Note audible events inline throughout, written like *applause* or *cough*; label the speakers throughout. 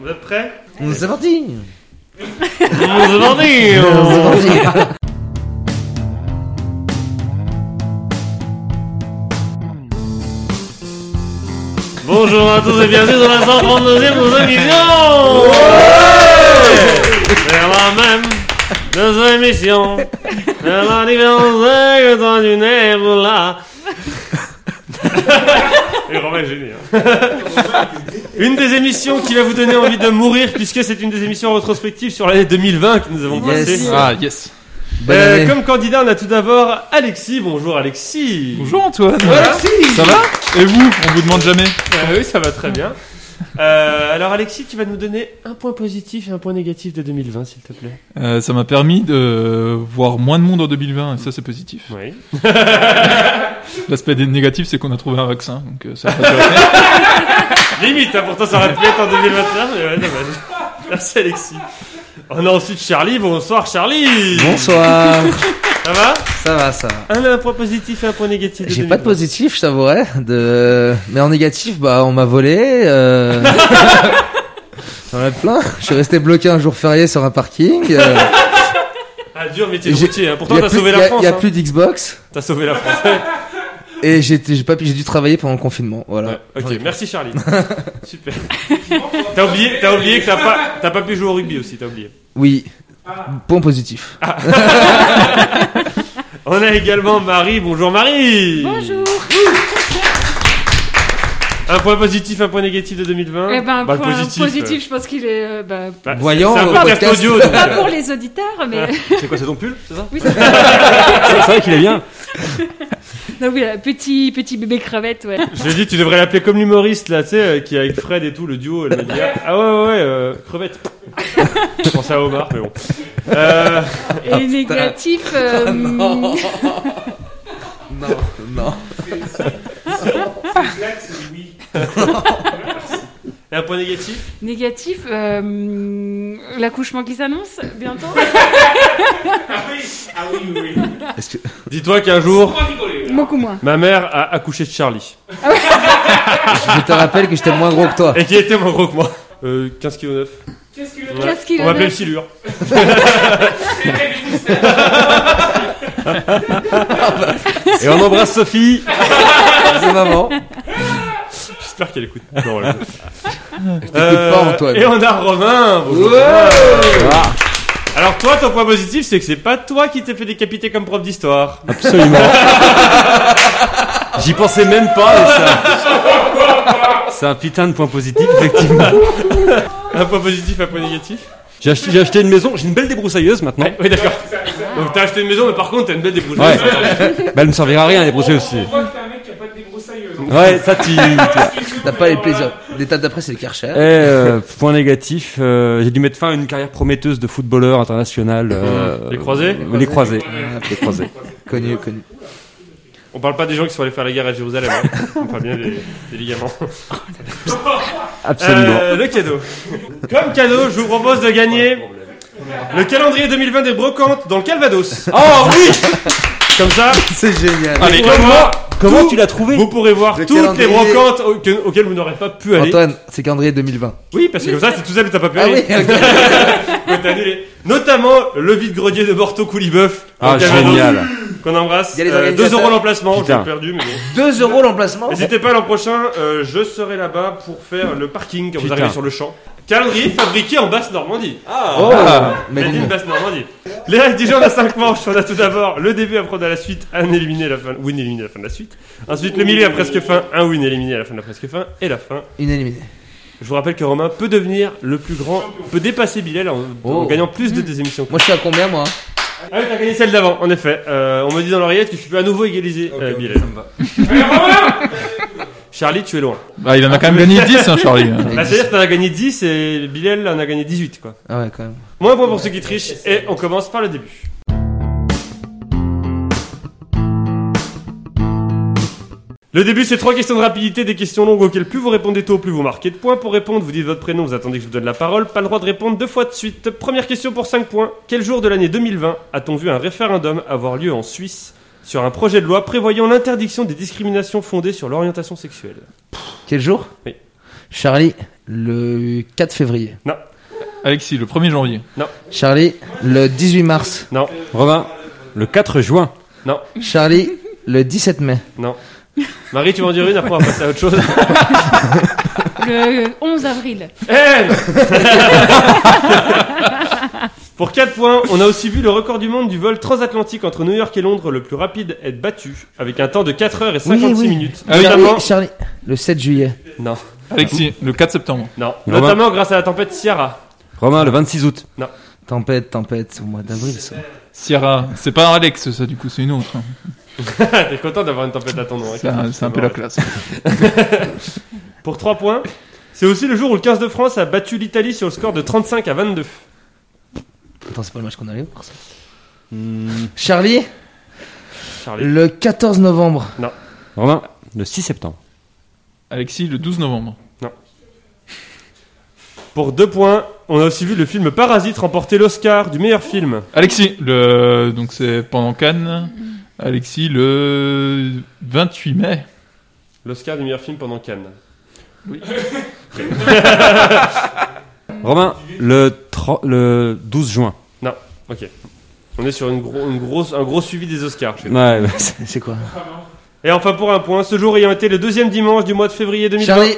Speaker 1: Vous êtes prêts
Speaker 2: C'est parti
Speaker 1: C'est parti
Speaker 2: Eh,
Speaker 1: Bonjour à tous et bienvenue dans la 132e nos émissions C'est la même deux émissions La différence est que dans une nébuleuse. *laughs* Et Romain est hein. génial. *laughs* Une des émissions qui va vous donner envie de mourir, puisque c'est une des émissions rétrospectives sur l'année 2020 que nous avons
Speaker 2: Yes.
Speaker 1: passée.
Speaker 3: Ah, yes.
Speaker 2: Bonne
Speaker 1: Euh,
Speaker 2: année.
Speaker 1: comme candidat, on a tout d'abord Alexis. Bonjour Alexis.
Speaker 3: Bonjour Antoine.
Speaker 1: Alexis.
Speaker 3: Ça va Et vous On vous demande jamais.
Speaker 1: Ah oui, ça va très bien. Euh, alors Alexis, tu vas nous donner un point positif et un point négatif de 2020, s'il te plaît.
Speaker 3: Euh, ça m'a permis de voir moins de monde en 2020 et ça c'est positif.
Speaker 1: Oui.
Speaker 3: L'aspect des- négatif c'est qu'on a trouvé un vaccin donc euh, ça a pas duré.
Speaker 1: Limite, hein, pourtant ça aurait pu être en 2021, mais ouais, dommage. Merci Alexis. On a ensuite Charlie. Bonsoir Charlie.
Speaker 2: Bonsoir
Speaker 1: Ça va
Speaker 2: Ça va, ça va.
Speaker 1: un, un point positif et un point négatif. de
Speaker 2: J'ai pas de
Speaker 1: 2020.
Speaker 2: positif, je t'avouerais. De... Mais en négatif, bah, on m'a volé.
Speaker 1: *laughs*
Speaker 2: Euh... J'en ai plein. Je suis resté bloqué un jour férié sur un parking. euh,
Speaker 1: Ah dur métier de
Speaker 2: J'ai-
Speaker 1: routier. hein.
Speaker 2: Il
Speaker 1: Pourtant
Speaker 2: y a
Speaker 1: t'as
Speaker 2: plus-
Speaker 1: sauvé
Speaker 2: il y
Speaker 1: la
Speaker 2: a-
Speaker 1: France.
Speaker 2: Il y a
Speaker 1: hein.
Speaker 2: plus d'Xbox.
Speaker 1: T'as sauvé la
Speaker 2: *laughs*
Speaker 1: France.
Speaker 2: Et j'ai j'ai pas pu- j'ai dû travailler pendant le confinement. Voilà.
Speaker 1: Ouais,
Speaker 2: J'en ai
Speaker 1: ok,
Speaker 2: plein.
Speaker 1: merci
Speaker 2: *laughs*
Speaker 1: Charlie. Super. T'as oublié, t'as oublié que t'as pas, t'as pas pu jouer au rugby aussi, t'as oublié.
Speaker 2: Oui. Point positif.
Speaker 1: Ah, On a également Marie. Bonjour Marie.
Speaker 4: Bonjour.
Speaker 1: Un point positif, un point négatif de 2020.
Speaker 4: Eh ben,
Speaker 1: Bah, le
Speaker 4: point positif,
Speaker 1: euh,
Speaker 4: je pense qu'il est euh, bah,
Speaker 1: bah, c'est-
Speaker 2: Voyons,
Speaker 1: C'est un
Speaker 2: au
Speaker 1: podcast
Speaker 2: podcast.
Speaker 4: *laughs*
Speaker 1: audio. donc,
Speaker 4: pas
Speaker 1: euh,
Speaker 4: pour les auditeurs, mais *laughs*
Speaker 1: C'est quoi, c'est ton pull C'est ça
Speaker 4: oui,
Speaker 1: *laughs*
Speaker 4: c'est-
Speaker 1: C'est vrai qu'il est bien.
Speaker 4: non, oui, là, petit petit bébé crevette, ouais.
Speaker 1: Je lui ai dit, tu devrais l'appeler comme l'humoriste là, tu sais, euh, qui est avec Fred et tout, le duo. Elle m'a dit, ah, ah ouais, ouais, ouais, euh, crevette. je pensais à Omar, mais bon. Euh, *laughs*
Speaker 4: Et négatif. euh,
Speaker 2: non. Non, non.
Speaker 1: et un point négatif
Speaker 4: Négatif, euh, l'accouchement qui s'annonce bientôt.
Speaker 2: Est-ce que-
Speaker 1: Dis-toi qu'un jour,
Speaker 4: Beaucoup moins.
Speaker 1: ma mère a accouché de Charlie.
Speaker 2: Je te rappelle que j'étais moins gros que toi.
Speaker 1: Et qui était moins gros que moi. Euh, 15 kg 9. Ouais.
Speaker 4: 15 kilos
Speaker 1: On m'appelait le
Speaker 4: neuf.
Speaker 1: silure. Et on embrasse Sophie.
Speaker 2: C'est maman.
Speaker 1: J'espère qu'elle écoute. Non, voilà. Euh,
Speaker 2: T'écoutes pas, Antoine.
Speaker 1: Et on a Romain. bonjour.
Speaker 2: Ah,
Speaker 1: Alors toi, ton point positif, c'est que c'est pas toi qui t'es fait décapiter comme prof d'histoire.
Speaker 5: Absolument. J'y pensais même pas. mais ça- C'est un putain de point positif, effectivement.
Speaker 1: Un point positif, un point négatif.
Speaker 5: J'ai acheté, j'ai acheté une maison, j'ai une belle débroussailleuse maintenant.
Speaker 1: Ouais, oui, d'accord. Donc t'as acheté une maison, mais par contre t'as une belle débrouille.
Speaker 5: Ouais. Bah, elle me servira à rien, les broussailleuses. c'est- Ouais, ça, tu. tu-
Speaker 2: T'as pas les plaisirs. L'étape d'après, c'est le Karcher.
Speaker 5: Eh, euh, point négatif, euh, j'ai dû mettre fin à une carrière prometteuse de footballeur international. euh,
Speaker 1: Les croisés
Speaker 5: euh, Les croisés.
Speaker 2: Ah,
Speaker 5: Les croisés.
Speaker 2: *laughs* Connu, connu.
Speaker 1: On parle pas des gens qui sont allés faire la guerre à Jérusalem. hein. On parle bien des, des ligaments.
Speaker 5: Absolument.
Speaker 1: Euh, le cadeau. Comme cadeau, je vous propose de gagner le calendrier 2020 des brocantes dans le Calvados.
Speaker 5: Oh oui
Speaker 1: Comme ça,
Speaker 2: Euh, C'est génial.
Speaker 1: Allez,
Speaker 5: Comment-
Speaker 1: comment-
Speaker 5: Comment
Speaker 1: tout-
Speaker 5: tu l'as trouvé
Speaker 1: vous pourrez voir
Speaker 2: Le
Speaker 1: toutes les
Speaker 2: calendrier.
Speaker 1: brocantes au- que- auxquelles vous n'aurez pas pu aller.
Speaker 2: Antoine, c'est calendrier 2020.
Speaker 1: Oui, parce que comme ça, c'est tout ça que t'as pas pu
Speaker 2: Ah oui,
Speaker 1: aller. *laughs* que t'as annulé. Notamment le vide-grenier de Bordeaux Coulibeuf. dans
Speaker 5: Ah,
Speaker 1: le Calvados,
Speaker 5: génial.
Speaker 1: Qu'on embrasse.
Speaker 2: Il y a les
Speaker 1: Euh, 2
Speaker 2: organisateurs.
Speaker 1: euros l'emplacement, j'ai
Speaker 5: Putain.
Speaker 1: perdu, mais bon.
Speaker 2: 2 euros l'emplacement.
Speaker 1: N'hésitez pas l'an prochain, euh, je serai là-bas pour faire le parking quand vous
Speaker 5: Putain.
Speaker 1: arrivez sur le champ. Calendrier fabriqué en Basse-Normandie.
Speaker 2: Oh,
Speaker 5: Ah.
Speaker 2: mais
Speaker 1: Made in
Speaker 2: dis-
Speaker 1: Basse-Normandie. Les déjà on a 5 manches. On a tout d'abord le début à prendre à la suite, un éliminé à la fin, win éliminé à la fin de la suite. Ensuite le milieu à presque fin, un win éliminé à la fin de la presque fin. Et la fin.
Speaker 2: une éliminée.
Speaker 1: Je vous rappelle que Romain peut devenir le plus grand, peut dépasser Bilal en, en
Speaker 2: Oh.
Speaker 1: gagnant plus de des émissions.
Speaker 2: Moi, je suis à combien, moi hein
Speaker 1: Ah oui, t'as gagné celle d'avant, en effet. Euh, on me dit dans l'oreillette que tu peux à nouveau égaliser euh, Bilal. Charlie, tu es loin.
Speaker 3: Bah, il en a quand même gagné 10 hein, Charlie. hein.
Speaker 1: Bah, C'est-à-dire que t'en as gagné 10 et Bilal en a gagné 18, quoi.
Speaker 2: Ah ouais, quand même.
Speaker 1: Moins point pour ceux qui trichent et on commence par le début. Le début, c'est trois questions de rapidité, des questions longues auxquelles plus vous répondez tôt, plus vous marquez de points. Pour répondre, vous dites votre prénom, vous attendez que je vous donne la parole. Pas le droit de répondre deux fois de suite. Première question pour 5 points. Quel jour de l'année 2020 a-t-on vu un référendum avoir lieu en Suisse sur un projet de loi prévoyant l'interdiction des discriminations fondées sur l'orientation sexuelle
Speaker 2: Quel jour
Speaker 1: Oui.
Speaker 2: Charlie, le 4 février.
Speaker 3: Alexis, le 1er janvier.
Speaker 2: Charlie, le 18 mars.
Speaker 1: Non,
Speaker 5: Robin, le 4 juin.
Speaker 2: Charlie, le 17 mai.
Speaker 1: non. Marie, tu vas en dire une, après on va passer à autre chose.
Speaker 4: Le 11 avril.
Speaker 1: Eh, non. *laughs* Pour 4 points, on a aussi vu le record du monde du vol transatlantique entre New York et Londres le plus rapide être battu, avec un temps de 4 heures et 56
Speaker 2: Oui, oui.
Speaker 1: minutes.
Speaker 3: Ah oui.
Speaker 2: Charlie,
Speaker 1: notamment...
Speaker 2: Charlie, le 7 juillet.
Speaker 1: Non,
Speaker 3: Alexis, le 4 septembre.
Speaker 1: non.
Speaker 5: Romain.
Speaker 1: Notamment grâce à la tempête Ciara.
Speaker 5: Romain, le 26 août.
Speaker 2: Tempête, tempête, c'est au mois d'avril ça.
Speaker 3: Sierra, c'est pas un Alex, ça, du coup, c'est une autre. hein.
Speaker 1: *laughs* T'es content d'avoir une tempête à ton nom. hein,
Speaker 3: C'est un,
Speaker 1: Catherine,
Speaker 3: c'est un peu la
Speaker 1: bon.
Speaker 3: classe.
Speaker 1: Pour 3 points, c'est aussi le jour où le 15 de France a battu l'Italie sur le score de 35 à 22.
Speaker 2: Attends, c'est pas le match qu'on allait voir ça.
Speaker 5: Hmm.
Speaker 2: Charlie,
Speaker 1: Charlie.
Speaker 2: le 14 novembre.
Speaker 5: Romain, le 6 septembre.
Speaker 3: Alexis, le 12 novembre.
Speaker 1: Pour 2 points, on a aussi vu le film Parasite remporter l'Oscar du meilleur film.
Speaker 3: Alexis, le. Donc c'est pendant Cannes. Alexis, le 28 mai.
Speaker 1: L'Oscar du meilleur film pendant Cannes.
Speaker 5: Romain, le, tro- le 12 juin.
Speaker 1: Ok. On est sur une gro- une grosse, un gros suivi des Oscars. chez nous.
Speaker 5: Ouais, *laughs* bah, c'est-
Speaker 2: C'est quoi
Speaker 1: Et enfin pour un point, ce jour ayant été le deuxième dimanche du mois de février 2020.
Speaker 2: Charlie.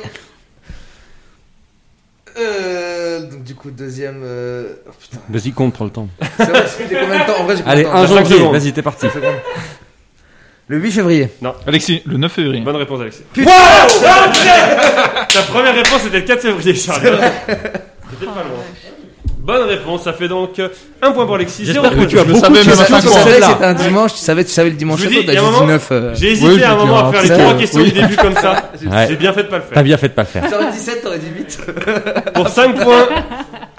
Speaker 2: Euh, donc du coup deuxième. euh, oh, putain.
Speaker 5: vas-y, compte, prends le temps.
Speaker 2: C'est vrai, parce que j'ai combien de temps En vrai, j'ai combien
Speaker 5: Allez,
Speaker 2: de temps
Speaker 5: un
Speaker 1: cinq
Speaker 5: janvier,
Speaker 1: secondes.
Speaker 5: vas-y, t'es parti.
Speaker 2: Cinq secondes. Le 8 février.
Speaker 3: Alexis, le 9 février.
Speaker 1: Bonne réponse Alexis.
Speaker 2: Putain.
Speaker 1: Ah, putain Ta première réponse était le 4 février Charlie. C'était pas loin. Bonne réponse, ça fait donc euh, un point pour Alexis, zéro
Speaker 5: J'espère
Speaker 1: pour
Speaker 5: que tu as
Speaker 1: Julien.
Speaker 3: Je savais
Speaker 5: beaucoup
Speaker 3: même
Speaker 5: de
Speaker 3: à
Speaker 5: chance
Speaker 2: Tu
Speaker 5: sur
Speaker 2: savais
Speaker 3: cinq
Speaker 2: que
Speaker 5: celle-là.
Speaker 2: c'était un dimanche, tu savais, tu savais le dimanche
Speaker 1: Je vous
Speaker 2: château,
Speaker 1: dis,
Speaker 2: t'as
Speaker 1: il y a
Speaker 2: juste
Speaker 1: un moment,
Speaker 2: 19. euh,
Speaker 1: J'ai
Speaker 3: Oui,
Speaker 1: hésité
Speaker 3: je
Speaker 1: à un
Speaker 3: veux
Speaker 1: moment
Speaker 3: dire,
Speaker 1: à faire les
Speaker 2: ça,
Speaker 1: trois
Speaker 2: euh,
Speaker 1: questions
Speaker 2: oui.
Speaker 1: du début comme ça.
Speaker 5: Ouais.
Speaker 1: J'ai bien fait de pas le
Speaker 5: T'as
Speaker 1: faire.
Speaker 5: bien fait de pas le faire.
Speaker 2: T'aurais 17, t'aurais 18.
Speaker 1: Pour 5 points,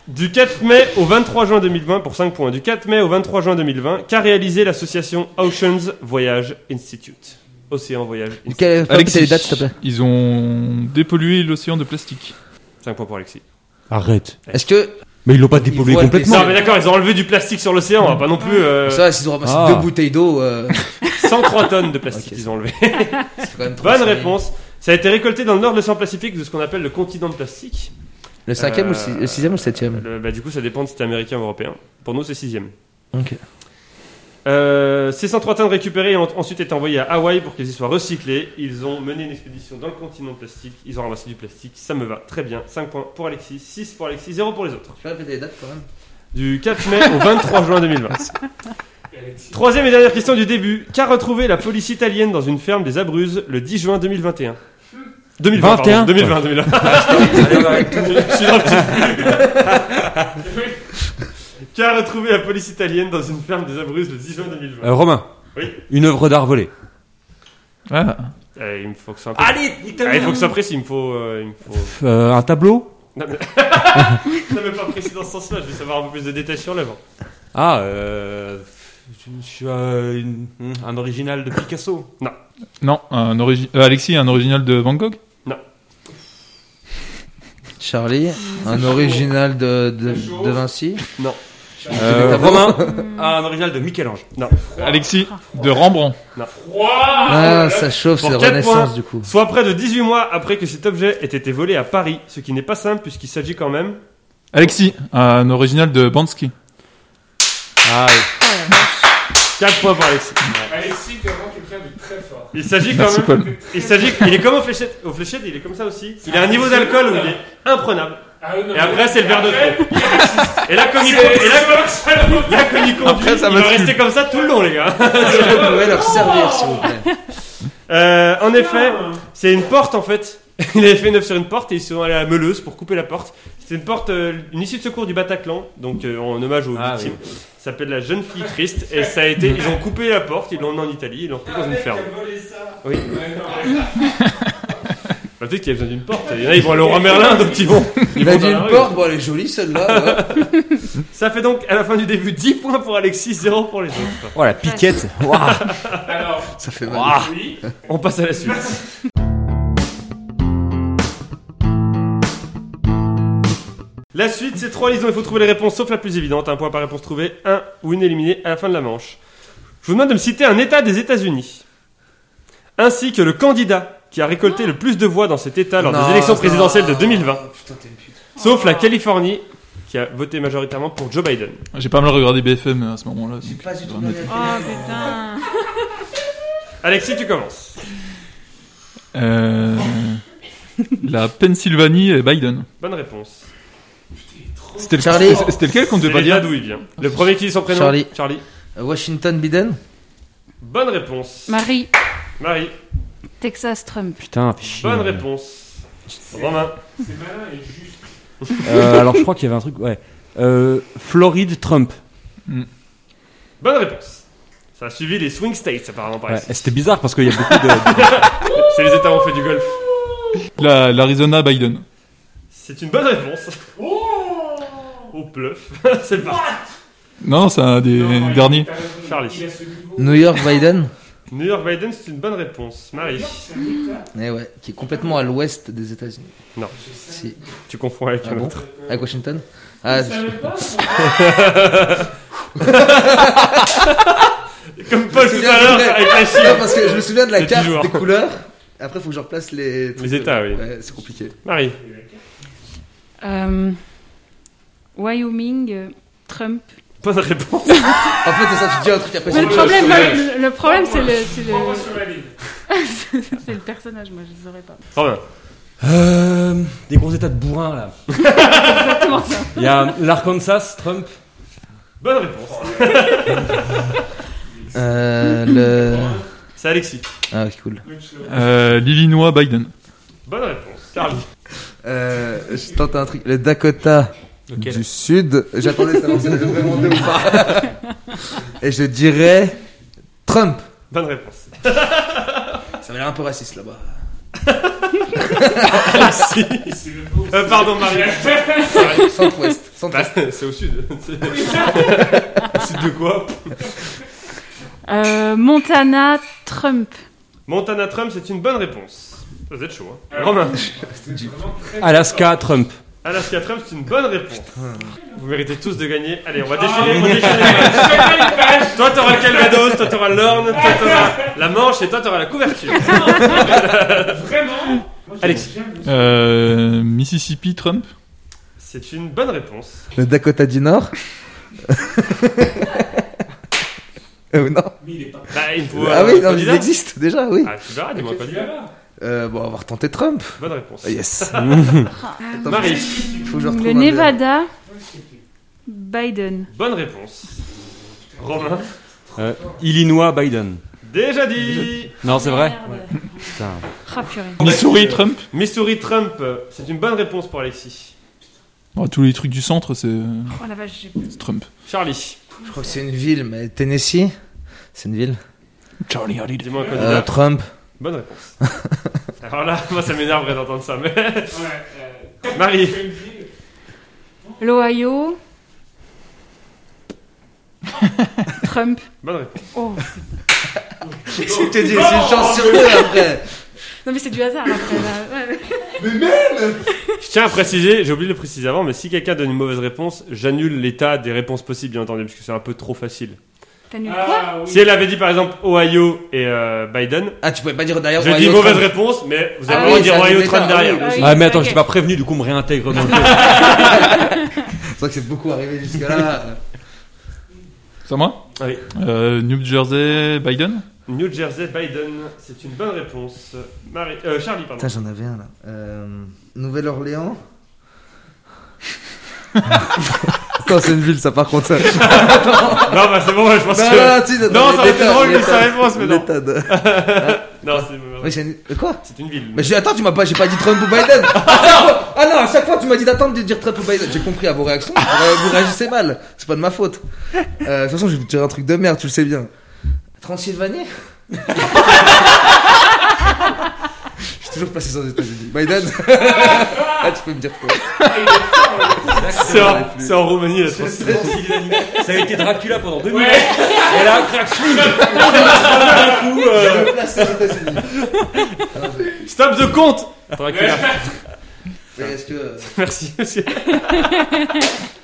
Speaker 1: du 4 mai au 23 juin 2020, pour 5 points, du 4 mai au 23 juin 2020, qu'a réalisé l'association Oceans Voyage Institute Océan Voyage Institute.
Speaker 2: Quelle
Speaker 3: Alexis,
Speaker 2: les dates, s'il te plaît
Speaker 3: ils ont dépollué l'océan de plastique.
Speaker 1: 5 points pour Alexis.
Speaker 5: Arrête.
Speaker 2: Est-ce que.
Speaker 1: Euh,
Speaker 5: Mais ils l'ont pas
Speaker 2: Il
Speaker 5: dépollué
Speaker 2: voit le
Speaker 5: complètement.
Speaker 2: Non.
Speaker 1: Non mais d'accord, ils ont enlevé du plastique sur l'océan, hein, pas non plus euh,
Speaker 2: Ça, va, s'ils ont ramassé
Speaker 5: Ah.
Speaker 2: deux bouteilles d'eau, euh,
Speaker 1: 103 tonnes de plastique
Speaker 2: Ok.
Speaker 1: ils ont enlevé.
Speaker 2: c'est quand même trop
Speaker 1: Bonne
Speaker 2: serré.
Speaker 1: réponse. Ça a été récolté dans le nord de l'océan Pacifique de ce qu'on appelle le continent de plastique.
Speaker 2: Le cinquième ou le
Speaker 1: Euh,
Speaker 2: six- le sixième ou le septième
Speaker 1: Le- bah, du coup, ça dépend de si t'es américain ou européen. Pour nous, c'est sixième.
Speaker 2: Ok.
Speaker 1: Euh, ces 103 tonnes récupérées ont ensuite été envoyées à Hawaï pour qu'elles y soient recyclées. Ils ont mené une expédition dans le continent plastique. Ils ont ramassé du plastique. Ça me va très bien. 5 points pour Alexis, 6 pour Alexis, 0 pour les autres.
Speaker 2: Tu peux répéter les dates quand même
Speaker 1: Du 4 mai au 23 juin 2020. Troisième et dernière question du début. Qu'a retrouvé la police italienne dans une ferme des Abruzes le 10 juin 2021 2020, pardon.
Speaker 5: 21.
Speaker 1: 2020, 2020. Je suis dans le petit flux. Qu'a retrouvé la police italienne dans une ferme des Abruzes le 10 juin 2020
Speaker 5: Euh, Romain,
Speaker 1: Oui.
Speaker 5: une œuvre d'art volée.
Speaker 3: Ah,
Speaker 1: Eh, Il me faut que ça. Allez, Eh, Il faut que ça précis. Il me faut. euh, il me *laughs* faut...
Speaker 5: Euh, un tableau
Speaker 1: Non, mais... non, mais pas précis dans ce sens-là. Je veux savoir un peu plus de détails sur l'œuvre.
Speaker 5: Ah, euh, je- je suis euh, une- un original de Picasso.
Speaker 3: non, un origi- euh, Alexis, un original de Van Gogh
Speaker 2: Charlie, un original de, de, de Vinci
Speaker 1: Non.
Speaker 5: Euh,
Speaker 2: des tableaux.
Speaker 5: Romain, Ah, un original de Michel-Ange.
Speaker 3: Alexis, de Rembrandt.
Speaker 2: Ah, ça chauffe,
Speaker 1: Pour
Speaker 2: c'est
Speaker 1: quatre
Speaker 2: Renaissance
Speaker 1: points.
Speaker 2: du coup.
Speaker 1: Soit près de 18 mois après que cet objet ait été volé à Paris, ce qui n'est pas simple puisqu'il s'agit quand même.
Speaker 3: Alexis, un original de Bansky.
Speaker 5: Ah,
Speaker 1: 4 points pour Alexis.
Speaker 6: Alexis, t'es vraiment quelqu'un de très fort.
Speaker 1: Il s'agit quand
Speaker 3: Merci,
Speaker 1: même.
Speaker 3: Paul.
Speaker 1: Il s'agit. Il est comme aux fléchettes. Aux fléchettes, il est comme ça aussi. Il a un niveau d'alcool où il est imprenable.
Speaker 6: Ah, oui, non,
Speaker 1: Et
Speaker 6: mais-
Speaker 1: après, c'est le verre de
Speaker 6: Après,
Speaker 1: trop. Et là, comme il,
Speaker 6: C'est-
Speaker 1: et là, comme- et là, comme il conduit,
Speaker 3: Après, ça
Speaker 1: il va
Speaker 3: bascule.
Speaker 1: rester comme ça tout le long, les gars.
Speaker 2: Est-ce que vous pouvez leur servir s'il vous plaît
Speaker 1: Euh, en effet, c'est une porte en fait. *laughs* Il avait fait une œuvre sur une porte et ils sont allés à la meuleuse pour couper la porte. C'était une porte, euh, une issue de secours du Bataclan, donc euh, en hommage aux
Speaker 5: Ah,
Speaker 1: victimes. Ça s'appelle la jeune fille triste et ça a été. Ils ont coupé la porte, ils l'ont emmené en Italie, ils l'ont fait dans une ferme. Oui. Bah, Peut-être qu'il y a besoin d'une porte. Il y en a, ils vont aller au roi Merlin, donc ils vont. ils
Speaker 2: Il a
Speaker 1: vont
Speaker 2: dit
Speaker 1: dans la
Speaker 2: une
Speaker 1: rue.
Speaker 2: porte, bon elle est jolie celle-là. ouais.
Speaker 1: Ça fait donc à la fin du début 10 points pour Alexis, 0 pour les autres.
Speaker 5: oh la piquette. Waouh.
Speaker 6: Alors,
Speaker 1: Ah,
Speaker 2: Ça fait mal.
Speaker 5: Waouh.
Speaker 6: oui.
Speaker 1: On passe à la suite. La suite, c'est trois lisons, il faut trouver les réponses sauf la plus évidente. Un point par réponse trouvée, un ou une éliminée à la fin de la manche. Je vous demande de me citer un État des États-Unis, ainsi que le candidat qui a récolté le plus de voix dans cet État lors
Speaker 2: Non,
Speaker 1: des élections
Speaker 2: non. Ah,
Speaker 1: présidentielles de 2020,
Speaker 2: Putain, t'es une pute.
Speaker 1: sauf la Californie, qui a voté majoritairement pour Joe Biden.
Speaker 3: J'ai pas mal regardé BFM à ce moment-là. donc
Speaker 2: Pas du tout
Speaker 3: vraiment-
Speaker 4: Oh putain.
Speaker 1: Alexis, tu commences.
Speaker 3: Euh, la Pennsylvanie et Biden.
Speaker 1: Bonne réponse.
Speaker 3: C'était le-
Speaker 2: Charlie.
Speaker 3: c'était- C'était lequel qu'on
Speaker 1: C'est
Speaker 3: devait pas
Speaker 1: l'État
Speaker 3: dire
Speaker 1: d'où il vient. Le premier qui dit son prénom
Speaker 2: Charlie.
Speaker 1: Charlie.
Speaker 2: Euh, Washington Biden
Speaker 1: Bonne réponse.
Speaker 4: Marie,
Speaker 1: Marie.
Speaker 4: Texas, Trump.
Speaker 5: Putain, fais chier.
Speaker 1: Bonne réponse. Romain.
Speaker 6: C'est malin et juste.
Speaker 5: Euh, alors, je crois qu'il y avait un truc. Ouais. Euh, Floride Trump.
Speaker 1: Bonne réponse. Ça a suivi les swing states apparemment par
Speaker 5: Ouais,
Speaker 1: ici.
Speaker 5: et C'était bizarre parce qu'il y a beaucoup de.
Speaker 1: C'est les États où on fait du golf.
Speaker 3: La- L'Arizona Biden.
Speaker 1: C'est une bonne réponse. Au bluff. *laughs* C'est parti.
Speaker 3: Non, c'est un des
Speaker 6: Non, il-
Speaker 3: derniers.
Speaker 6: t'as raison,
Speaker 1: Charlie.
Speaker 6: Il a ce niveau.
Speaker 2: New York Biden
Speaker 1: New York Biden, c'est une bonne réponse. Marie.
Speaker 2: Eh ouais, qui est complètement à l'ouest des États-Unis.
Speaker 1: Non.
Speaker 2: Si.
Speaker 1: Tu confonds avec
Speaker 2: Ah
Speaker 1: un
Speaker 2: bon
Speaker 1: autre.
Speaker 2: Avec Washington Ah, c'est-
Speaker 1: Comme Paul tout
Speaker 2: Je me
Speaker 1: à
Speaker 2: souviens
Speaker 1: l'heure
Speaker 2: du
Speaker 1: avec la
Speaker 2: *laughs* Non,
Speaker 1: Chine.
Speaker 2: parce que je me souviens de la
Speaker 1: Les
Speaker 2: carte
Speaker 1: petits joueurs.
Speaker 2: des couleurs. Après, faut que je replace les.
Speaker 1: Les États, oui.
Speaker 2: Ouais, c'est compliqué.
Speaker 1: Marie.
Speaker 4: Euh, Wyoming, euh, Trump.
Speaker 1: Bonne réponse.
Speaker 2: En fait, c'est ça, tu dis un truc après.
Speaker 4: Mais
Speaker 2: c'est
Speaker 4: le
Speaker 2: le-
Speaker 4: problème,
Speaker 1: soleil.
Speaker 4: le, le problème, c'est le, c'est
Speaker 6: Prends-moi
Speaker 4: le,
Speaker 6: sur la ligne.
Speaker 4: *laughs* c'est le personnage. Moi, je ne saurais pas.
Speaker 1: Romain.
Speaker 5: Euh, des gros états de bourrin là.
Speaker 4: Exactement ça.
Speaker 5: Il y a l'Arkansas, Trump.
Speaker 1: Bonne réponse.
Speaker 2: Euh, le.
Speaker 1: C'est Alexis.
Speaker 2: Ah, ok, cool.
Speaker 3: Euh, L'Illinois Biden.
Speaker 1: Bonne réponse. Charlie.
Speaker 2: Euh, je tente un truc. Le Dakota
Speaker 5: Lequel
Speaker 2: du Sud. J'attendais de savoir si j'allais vraiment deux ou pas.
Speaker 1: *laughs*
Speaker 2: Et je dirais. Trump.
Speaker 1: Bonne
Speaker 3: *laughs*
Speaker 1: réponse.
Speaker 2: Ça m'a l'air un peu raciste là-bas.
Speaker 1: Alexis. Euh, pardon, Marie.
Speaker 3: *laughs*
Speaker 2: Centre-ouest.
Speaker 1: Bah,
Speaker 2: Centre-ouest.
Speaker 1: *laughs* c'est au sud. C'est- au sud de quoi
Speaker 4: Euh, Montana, Trump.
Speaker 1: Montana Trump, c'est une bonne réponse. Vous êtes chaud, hein Romain.
Speaker 5: Alaska, Trump.
Speaker 1: Alaska Trump, c'est une bonne réponse. Vous méritez tous de gagner. Allez, on va déchirer. on *laughs* déchire les matchs. toi, t'auras le Calvados, toi, t'auras l'Orne, toi, t'auras la Manche et toi, t'auras la couverture.
Speaker 6: Vraiment
Speaker 1: Alexis.
Speaker 3: Euh, Mississippi Trump.
Speaker 1: C'est une bonne réponse.
Speaker 2: Le Dakota du Nord.
Speaker 1: *laughs*
Speaker 2: Euh, non.
Speaker 6: Mais il est pas.
Speaker 1: Bah, il faut.
Speaker 2: ah
Speaker 1: euh,
Speaker 2: oui, non, mais il
Speaker 1: candidat.
Speaker 2: existe déjà, oui.
Speaker 1: Ah, tu verras, dis-moi pas
Speaker 6: Il
Speaker 1: de
Speaker 6: est là.
Speaker 2: Euh, bon, on va retenter Trump.
Speaker 1: Bonne réponse.
Speaker 2: Ah, *laughs* Yes. Attends,
Speaker 1: Marie,
Speaker 2: il faut que je retrouve
Speaker 4: Le
Speaker 2: un des-
Speaker 4: Nevada, Biden.
Speaker 1: bonne réponse. Romain,
Speaker 5: Euh, Illinois, Biden.
Speaker 1: déjà dit.
Speaker 2: *laughs*
Speaker 5: Non, c'est vrai.
Speaker 4: Merde.
Speaker 5: Putain.
Speaker 4: Ah, purée.
Speaker 3: Missouri Trump.
Speaker 1: Missouri Trump, euh, c'est une bonne réponse pour Alexis.
Speaker 3: Bon, tous les trucs du centre, c'est euh,
Speaker 4: Oh la vache, j'ai-
Speaker 3: c'est Trump.
Speaker 1: Charlie,
Speaker 2: Je crois que c'est une ville, mais Tennessee, c'est une ville.
Speaker 3: Charlie Halid.
Speaker 1: dis-moi un candidat.
Speaker 2: Euh, Trump. *laughs*
Speaker 1: Bonne réponse. Alors là, moi ça m'énerve d'entendre ça, mais.
Speaker 6: Ouais, euh,
Speaker 1: Marie,
Speaker 6: Greenville.
Speaker 4: l'Ohio, *laughs* Trump.
Speaker 1: bonne réponse.
Speaker 4: Oh.
Speaker 2: Je te dis, c'est une chance
Speaker 1: oh,
Speaker 2: sur deux après.
Speaker 4: Non mais c'est du hasard après. là. Ouais.
Speaker 1: Je tiens à préciser, j'ai oublié de le préciser avant, mais si quelqu'un donne une mauvaise réponse, j'annule l'état des réponses possibles, bien entendu, parce que c'est un peu trop facile.
Speaker 4: T'annules quoi
Speaker 6: Ah, oui.
Speaker 1: Si elle avait dit par exemple Ohio et euh, Biden,
Speaker 2: Ah, tu pouvais pas dire d'ailleurs.
Speaker 1: je
Speaker 2: Ohio,
Speaker 1: dis mauvaise
Speaker 2: Trump.
Speaker 1: réponse, mais vous avez
Speaker 4: Ah
Speaker 1: le droit
Speaker 4: oui,
Speaker 1: de dire
Speaker 2: ça
Speaker 1: Ohio
Speaker 2: annule
Speaker 1: Trump
Speaker 2: l'état, ah oui,
Speaker 1: derrière.
Speaker 2: oui.
Speaker 5: Ah, mais attends, je
Speaker 4: Ok.
Speaker 5: t'ai pas prévenu, du coup, on me réintègre dans le jeu.
Speaker 2: C'est vrai que c'est beaucoup arrivé jusque-là.
Speaker 3: C'est à moi
Speaker 1: Ah oui.
Speaker 3: Euh, New Jersey Biden.
Speaker 1: New Jersey, Biden, c'est une bonne réponse. Marie, euh, Charlie, pardon.
Speaker 2: *laughs* Putain, j'en avais un là. Euh, *laughs* Nouvelle-Orléans. Putain, c'est une ville, ça par contre. Ça. non,
Speaker 1: Non, bah c'est bon, je pense
Speaker 2: non,
Speaker 1: que.
Speaker 2: non, tu
Speaker 1: Non,
Speaker 2: sais, attends,
Speaker 1: ça aurait été
Speaker 2: l'État,
Speaker 1: drôle, mais
Speaker 2: l'État,
Speaker 1: sa réponse, mais non.
Speaker 2: l'État de-
Speaker 1: Non, c'est une mauvaise
Speaker 2: Oui,
Speaker 1: réponse.
Speaker 2: c'est une- Quoi
Speaker 1: C'est une ville.
Speaker 2: Mais j'ai attends, tu m'as pas, j'ai pas dit Trump ou
Speaker 3: *laughs*
Speaker 2: Biden. ah non, à chaque fois tu m'as dit d'attendre de dire Trump ou Biden. J'ai compris à vos réactions, vous, euh, vous réagissez mal. C'est pas de ma faute. Euh, de toute façon, je vais vous dire un truc de merde, tu le sais bien. *laughs* Transylvanie. J'ai toujours passé sans États-Unis. Biden. *laughs* ah, tu peux me dire quoi
Speaker 1: C'est en, c'est en Roumanie, la France.
Speaker 5: *laughs* Ça a été Dracula pendant deux minutes.
Speaker 6: Ouais,
Speaker 5: Et là, crac, schling.
Speaker 2: Je me place aux États-Unis. Alors, je-
Speaker 1: Stop the compte Dracula.
Speaker 2: Il reste que, euh,
Speaker 1: Merci, monsieur.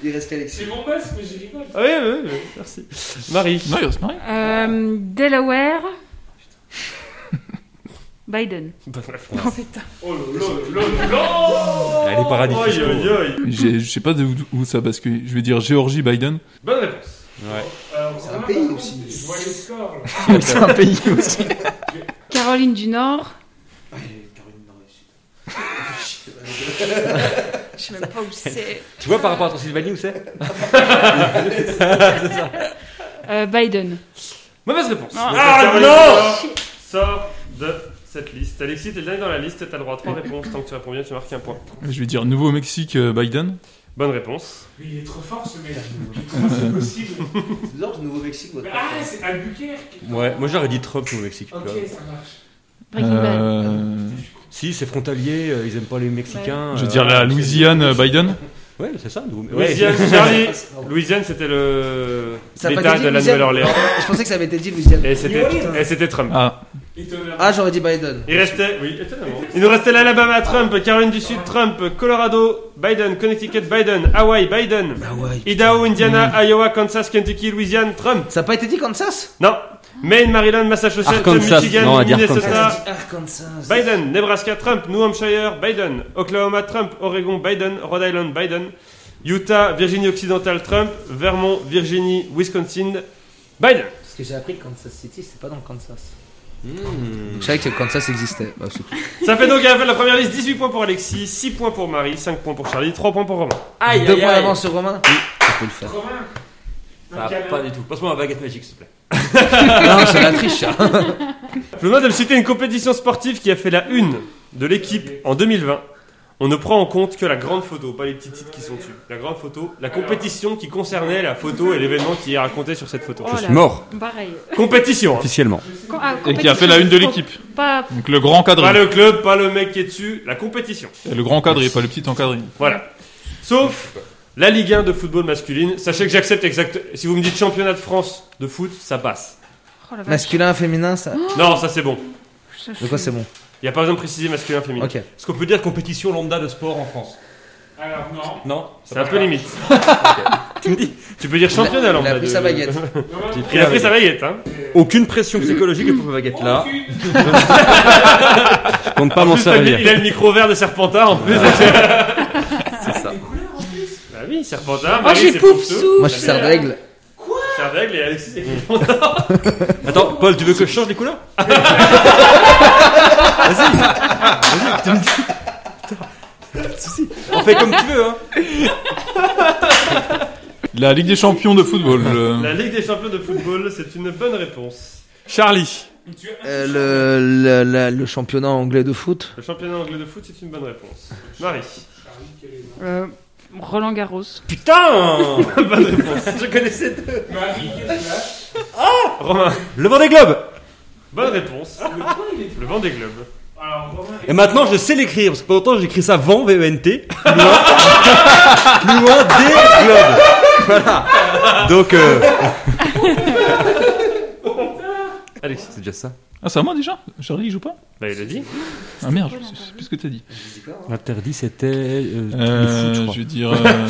Speaker 2: il reste qu'Alexis.
Speaker 6: c'est mon masque, mais je rigole.
Speaker 1: Ah Oui, oui, oui, merci. Marie,
Speaker 3: Non, il reste Marie.
Speaker 4: Euh, Delaware, Biden. Oh putain.
Speaker 6: Oh là là là là
Speaker 5: Elle est paradis
Speaker 1: Aïe,
Speaker 5: fiscaux.
Speaker 1: aïe, aïe.
Speaker 3: J'ai- Je sais pas d'où où ça bascule. Je vais dire Géorgie Biden.
Speaker 1: Bonne réponse.
Speaker 5: Ouais.
Speaker 6: C'est
Speaker 2: un pays aussi.
Speaker 6: Je vois les scores là.
Speaker 3: C'est un pays aussi.
Speaker 4: Caroline du Nord. *laughs* Je sais même pas où c'est.
Speaker 5: Tu vois par rapport à Transylvanie où c'est
Speaker 4: Euh, Biden.
Speaker 1: Mauvaise réponse.
Speaker 4: Ah.
Speaker 1: Donc,
Speaker 5: Ah,
Speaker 1: Caroline
Speaker 5: non
Speaker 1: Fureur Sort de cette liste. Alexis, t'es le dernier dans la liste, t'as le droit à 3
Speaker 5: Mm.
Speaker 1: réponses. Tant que tu réponds bien, tu marques un point.
Speaker 3: Je vais dire Nouveau-Mexique euh, Biden.
Speaker 1: Bonne réponse.
Speaker 6: Mais il est trop fort ce mec. Il est trop c'est possible.
Speaker 2: C'est bizarre, le Nouveau-Mexique, votre
Speaker 6: Ah, c'est Albuquerque.
Speaker 5: Ouais, moi j'aurais dit Trump au Mexique. tu
Speaker 6: Ok,
Speaker 5: vois.
Speaker 6: ça marche.
Speaker 4: Breaking Bad.
Speaker 3: Euh,
Speaker 5: Si, c'est frontalier, euh, ils aiment pas les Mexicains.
Speaker 3: je
Speaker 5: euh,
Speaker 3: vais dire la
Speaker 5: c'est-
Speaker 3: Louisiane euh, Biden.
Speaker 5: Ouais, c'est ça. nous- ouais.
Speaker 1: Louisiane,
Speaker 5: *laughs*
Speaker 1: Charlie.
Speaker 2: Ah,
Speaker 1: Louisiane, c'était le.
Speaker 2: Ça a pas
Speaker 1: L'état
Speaker 2: été
Speaker 1: de la
Speaker 2: Louisiane.
Speaker 1: Nouvelle-Orléans.
Speaker 2: Je pensais que ça avait été dit, Louisiane.
Speaker 1: Et c'était
Speaker 6: New Orleans.
Speaker 1: et c'était Trump.
Speaker 3: Ah,
Speaker 6: Étonnamment.
Speaker 2: Ah, j'aurais dit Biden.
Speaker 1: Il restait, oui, étonnamment. Il nous restait l'Alabama, Trump, Caroline du
Speaker 2: Ah.
Speaker 1: Sud, Trump, Colorado, Biden, Connecticut, Biden, Hawaii, Biden,
Speaker 3: Bah
Speaker 2: Ah ouais.
Speaker 1: Idaho, Indiana,
Speaker 5: Mm.
Speaker 1: Iowa, Kansas, Kentucky, Louisiane, Trump.
Speaker 2: Ça a pas été dit Kansas
Speaker 1: Non. Maine, Maryland, Massachusetts,
Speaker 5: Arkansas.
Speaker 1: Michigan,
Speaker 5: Non, on va dire
Speaker 1: Minnesota,
Speaker 2: Ah, Arkansas.
Speaker 1: Biden, Nebraska, Trump, New Hampshire, Biden, Oklahoma, Trump, Oregon, Biden, Rhode Island, Biden, Utah, Virginie occidentale, Trump, Vermont, Virginie, Wisconsin, Biden.
Speaker 2: Parce que j'ai appris que Kansas City, c'est pas dans le Kansas.
Speaker 5: Hmm.
Speaker 2: Je savais que le Kansas existait. Bah, c'est
Speaker 1: Ça fait donc à la fin de la première liste 18 points pour Alexis, 6 points pour Marie, 5 points pour Charlie, 3 points pour Romain.
Speaker 5: Aïe,
Speaker 2: Deux
Speaker 5: aïe,
Speaker 2: points
Speaker 5: aïe.
Speaker 2: d'avance sur Romain Oui, on peut le faire.
Speaker 6: Romain.
Speaker 5: Ça va pas du tout. Passe-moi ma baguette magique, s'il te plaît.
Speaker 2: non, c'est la triche. hein. ça.
Speaker 1: Je vous demande de me citer une compétition sportive qui a fait la une de l'équipe en 2020. On ne prend en compte que la grande photo, pas les petits titres qui sont dessus. La grande photo, la compétition qui concernait la photo et l'événement qui est raconté sur cette photo.
Speaker 4: Oh là.
Speaker 5: Mort,
Speaker 4: Pareil.
Speaker 1: Compétition. hein.
Speaker 5: officiellement.
Speaker 4: Com- ah,
Speaker 3: et qui a fait la une de
Speaker 4: compétition.
Speaker 3: l'équipe.
Speaker 4: Pas
Speaker 3: Donc le grand
Speaker 1: Pas
Speaker 3: cadré.
Speaker 1: le club, pas le mec qui est dessus, la compétition.
Speaker 3: Le grand cadré, pas le petit encadré.
Speaker 1: Voilà. Sauf la Ligue 1 de football masculine. Sachez que j'accepte exact. Si vous me dites championnat de France de foot, ça passe.
Speaker 4: oh, la vache.
Speaker 2: Masculin, féminin, ça.
Speaker 1: Non, ça c'est bon.
Speaker 2: De
Speaker 4: Oh,
Speaker 2: quoi c'est bon
Speaker 1: Il n'y a pas besoin de préciser masculin, féminin.
Speaker 2: Ok.
Speaker 5: Est-ce qu'on peut dire compétition lambda de sport en France
Speaker 6: Alors non.
Speaker 5: Non
Speaker 1: C'est un peu limite. *laughs* tu me dis. Tu peux dire championnat
Speaker 2: Il
Speaker 1: lambda
Speaker 2: a pris
Speaker 1: de-
Speaker 2: sa *laughs* baguette.
Speaker 6: Romain,
Speaker 5: J'ai
Speaker 1: Il a pris sa baguette, hein.
Speaker 5: Aucune pression psychologique pour ma baguette
Speaker 6: aucune.
Speaker 5: là. Je compte pas
Speaker 1: En
Speaker 5: m'en
Speaker 1: plus, t'as mis- il
Speaker 5: servir.
Speaker 1: a le micro vert de Serpentard en plus.
Speaker 6: *laughs*
Speaker 5: C'est ça.
Speaker 6: Les couleurs en plus. Ah,
Speaker 1: bah oui, Serpentard.
Speaker 4: Oh,
Speaker 1: Marie,
Speaker 4: j'ai
Speaker 1: c'est
Speaker 4: Poufsou.
Speaker 2: Moi, je suis serre d'aigle.
Speaker 1: Serdaigle et Alexis, c'est
Speaker 5: Attends, Paul, tu veux que je change les couleurs Vas-y. Vas-y, tu me dis. Putain. Pas de souci. On fait comme tu veux, hein.
Speaker 3: La Ligue des champions de football. euh,
Speaker 1: La Ligue des champions de football, c'est une bonne réponse.
Speaker 3: Charlie.
Speaker 6: Tu as-
Speaker 2: Euh, le, le, la- le championnat anglais de foot.
Speaker 1: Le championnat anglais de foot, c'est une bonne réponse. Marie.
Speaker 6: Charlie, quel est le-
Speaker 4: Euh, Roland Garros.
Speaker 5: Putain
Speaker 1: bonne réponse. *laughs*
Speaker 5: Je connaissais deux.
Speaker 6: Marie, quel est là
Speaker 1: Romain.
Speaker 5: Le Vendée Globe
Speaker 1: Bonne réponse.
Speaker 6: Le point, il est.
Speaker 1: Le vent des globes.
Speaker 6: Alors Romain.
Speaker 5: Et maintenant, je sais l'écrire, parce que pendant longtemps, j'écris ça vent, V-E-N-T, plus loin, plus loin des globes. Voilà. Donc, *laughs* euh,
Speaker 1: Alexis.
Speaker 5: c'est déjà ça.
Speaker 3: Ah, c'est à moi déjà Charlie, il joue pas
Speaker 1: Bah, il a dit.
Speaker 3: Ah merde, je sais je sais plus ce que t'as dit.
Speaker 5: L'interdit, c'était euh,
Speaker 3: Euh,
Speaker 5: le foot,
Speaker 3: je vais dire. euh,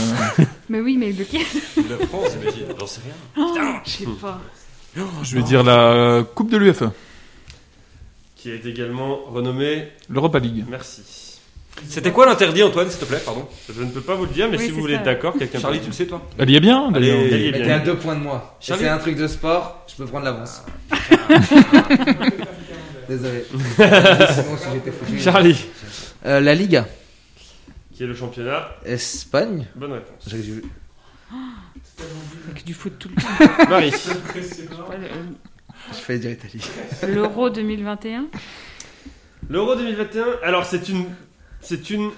Speaker 4: Mais oui, mais lequel
Speaker 5: je crois. Le France, j'imagine, j'en sais rien.
Speaker 4: Je sais pas.
Speaker 3: je vais dire la Coupe de E, l'UEFA.
Speaker 1: Qui est également renommé.
Speaker 3: L'Europa League.
Speaker 1: Merci.
Speaker 5: C'était quoi l'interdit, Antoine, s'il te plaît, pardon
Speaker 1: Je ne peux pas vous le dire, mais
Speaker 4: Oui,
Speaker 1: si vous
Speaker 4: c'est
Speaker 1: voulez
Speaker 4: ça.
Speaker 1: être d'accord, quelqu'un.
Speaker 5: Charlie,
Speaker 1: peut-
Speaker 5: tu le sais, toi
Speaker 3: Elle y est bien
Speaker 5: Allez.
Speaker 3: d'ailleurs.
Speaker 1: Elle y est
Speaker 2: Mais
Speaker 1: bien.
Speaker 2: t'es à deux points de moi. Et
Speaker 5: Charlie.
Speaker 2: C'est un truc de sport, je peux prendre *laughs* l'avance. *laughs* Désolé. Sinon, si j'étais foutu.
Speaker 1: Charlie.
Speaker 2: Euh, la Liga.
Speaker 1: Qui est le championnat
Speaker 2: Espagne.
Speaker 1: Bonne réponse.
Speaker 2: J'ai vu.
Speaker 4: Que du foot tout le temps.
Speaker 1: Marie. *laughs*
Speaker 6: Impressionnant.
Speaker 4: Ouais, le- euh,
Speaker 2: Je fallait dire Italie.
Speaker 4: L'Euro 2021.
Speaker 1: L'Euro 2021. Alors, c'est une. C'est une.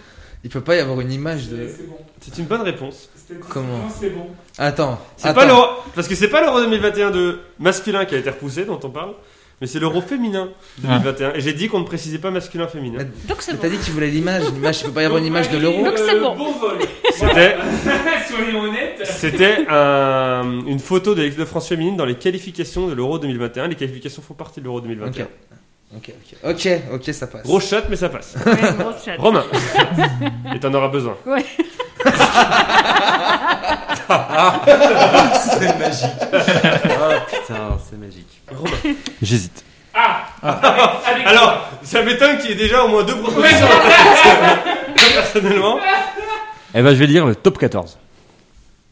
Speaker 2: Il peut pas y avoir une image de.
Speaker 6: C'est bon.
Speaker 1: C'est une bonne réponse.
Speaker 6: Statistiquement,
Speaker 2: Comment
Speaker 6: C'est bon.
Speaker 2: Attends.
Speaker 1: C'est
Speaker 2: attends.
Speaker 1: pas l'euro. Parce que c'est pas l'euro 2021 de masculin qui a été repoussé, dont on parle, mais c'est l'euro féminin 2021. Et j'ai dit qu'on ne précisait pas masculin-féminin.
Speaker 4: Donc c'est
Speaker 2: Mais
Speaker 4: bon.
Speaker 2: T'as dit que tu voulais l'image. L'image, il peut pas y avoir une image de l'euro.
Speaker 4: Donc c'est bon.
Speaker 6: euh, Bon vol.
Speaker 1: C'était,
Speaker 6: *laughs* Soyons honnêtes.
Speaker 1: c'était un- une photo de l'équipe de France féminine dans les qualifications de l'euro 2021. Les qualifications font partie de l'euro 2021.
Speaker 2: Ok. Ok, ok. Ok, ok, ça passe.
Speaker 1: Gros shot, mais ça passe.
Speaker 4: Ouais, grosse chatte.
Speaker 2: *laughs*
Speaker 1: Romain. Et t'en auras besoin.
Speaker 5: C'est magique. Ah putain, c'est magique. *laughs* J'hésite.
Speaker 6: Ah. Avec- avec-
Speaker 1: Alors, Ça m'étonne qu'il y ait déjà au moins deux propositions. Parce que, moi, personnellement,
Speaker 5: Eh ben, je vais dire le top 14.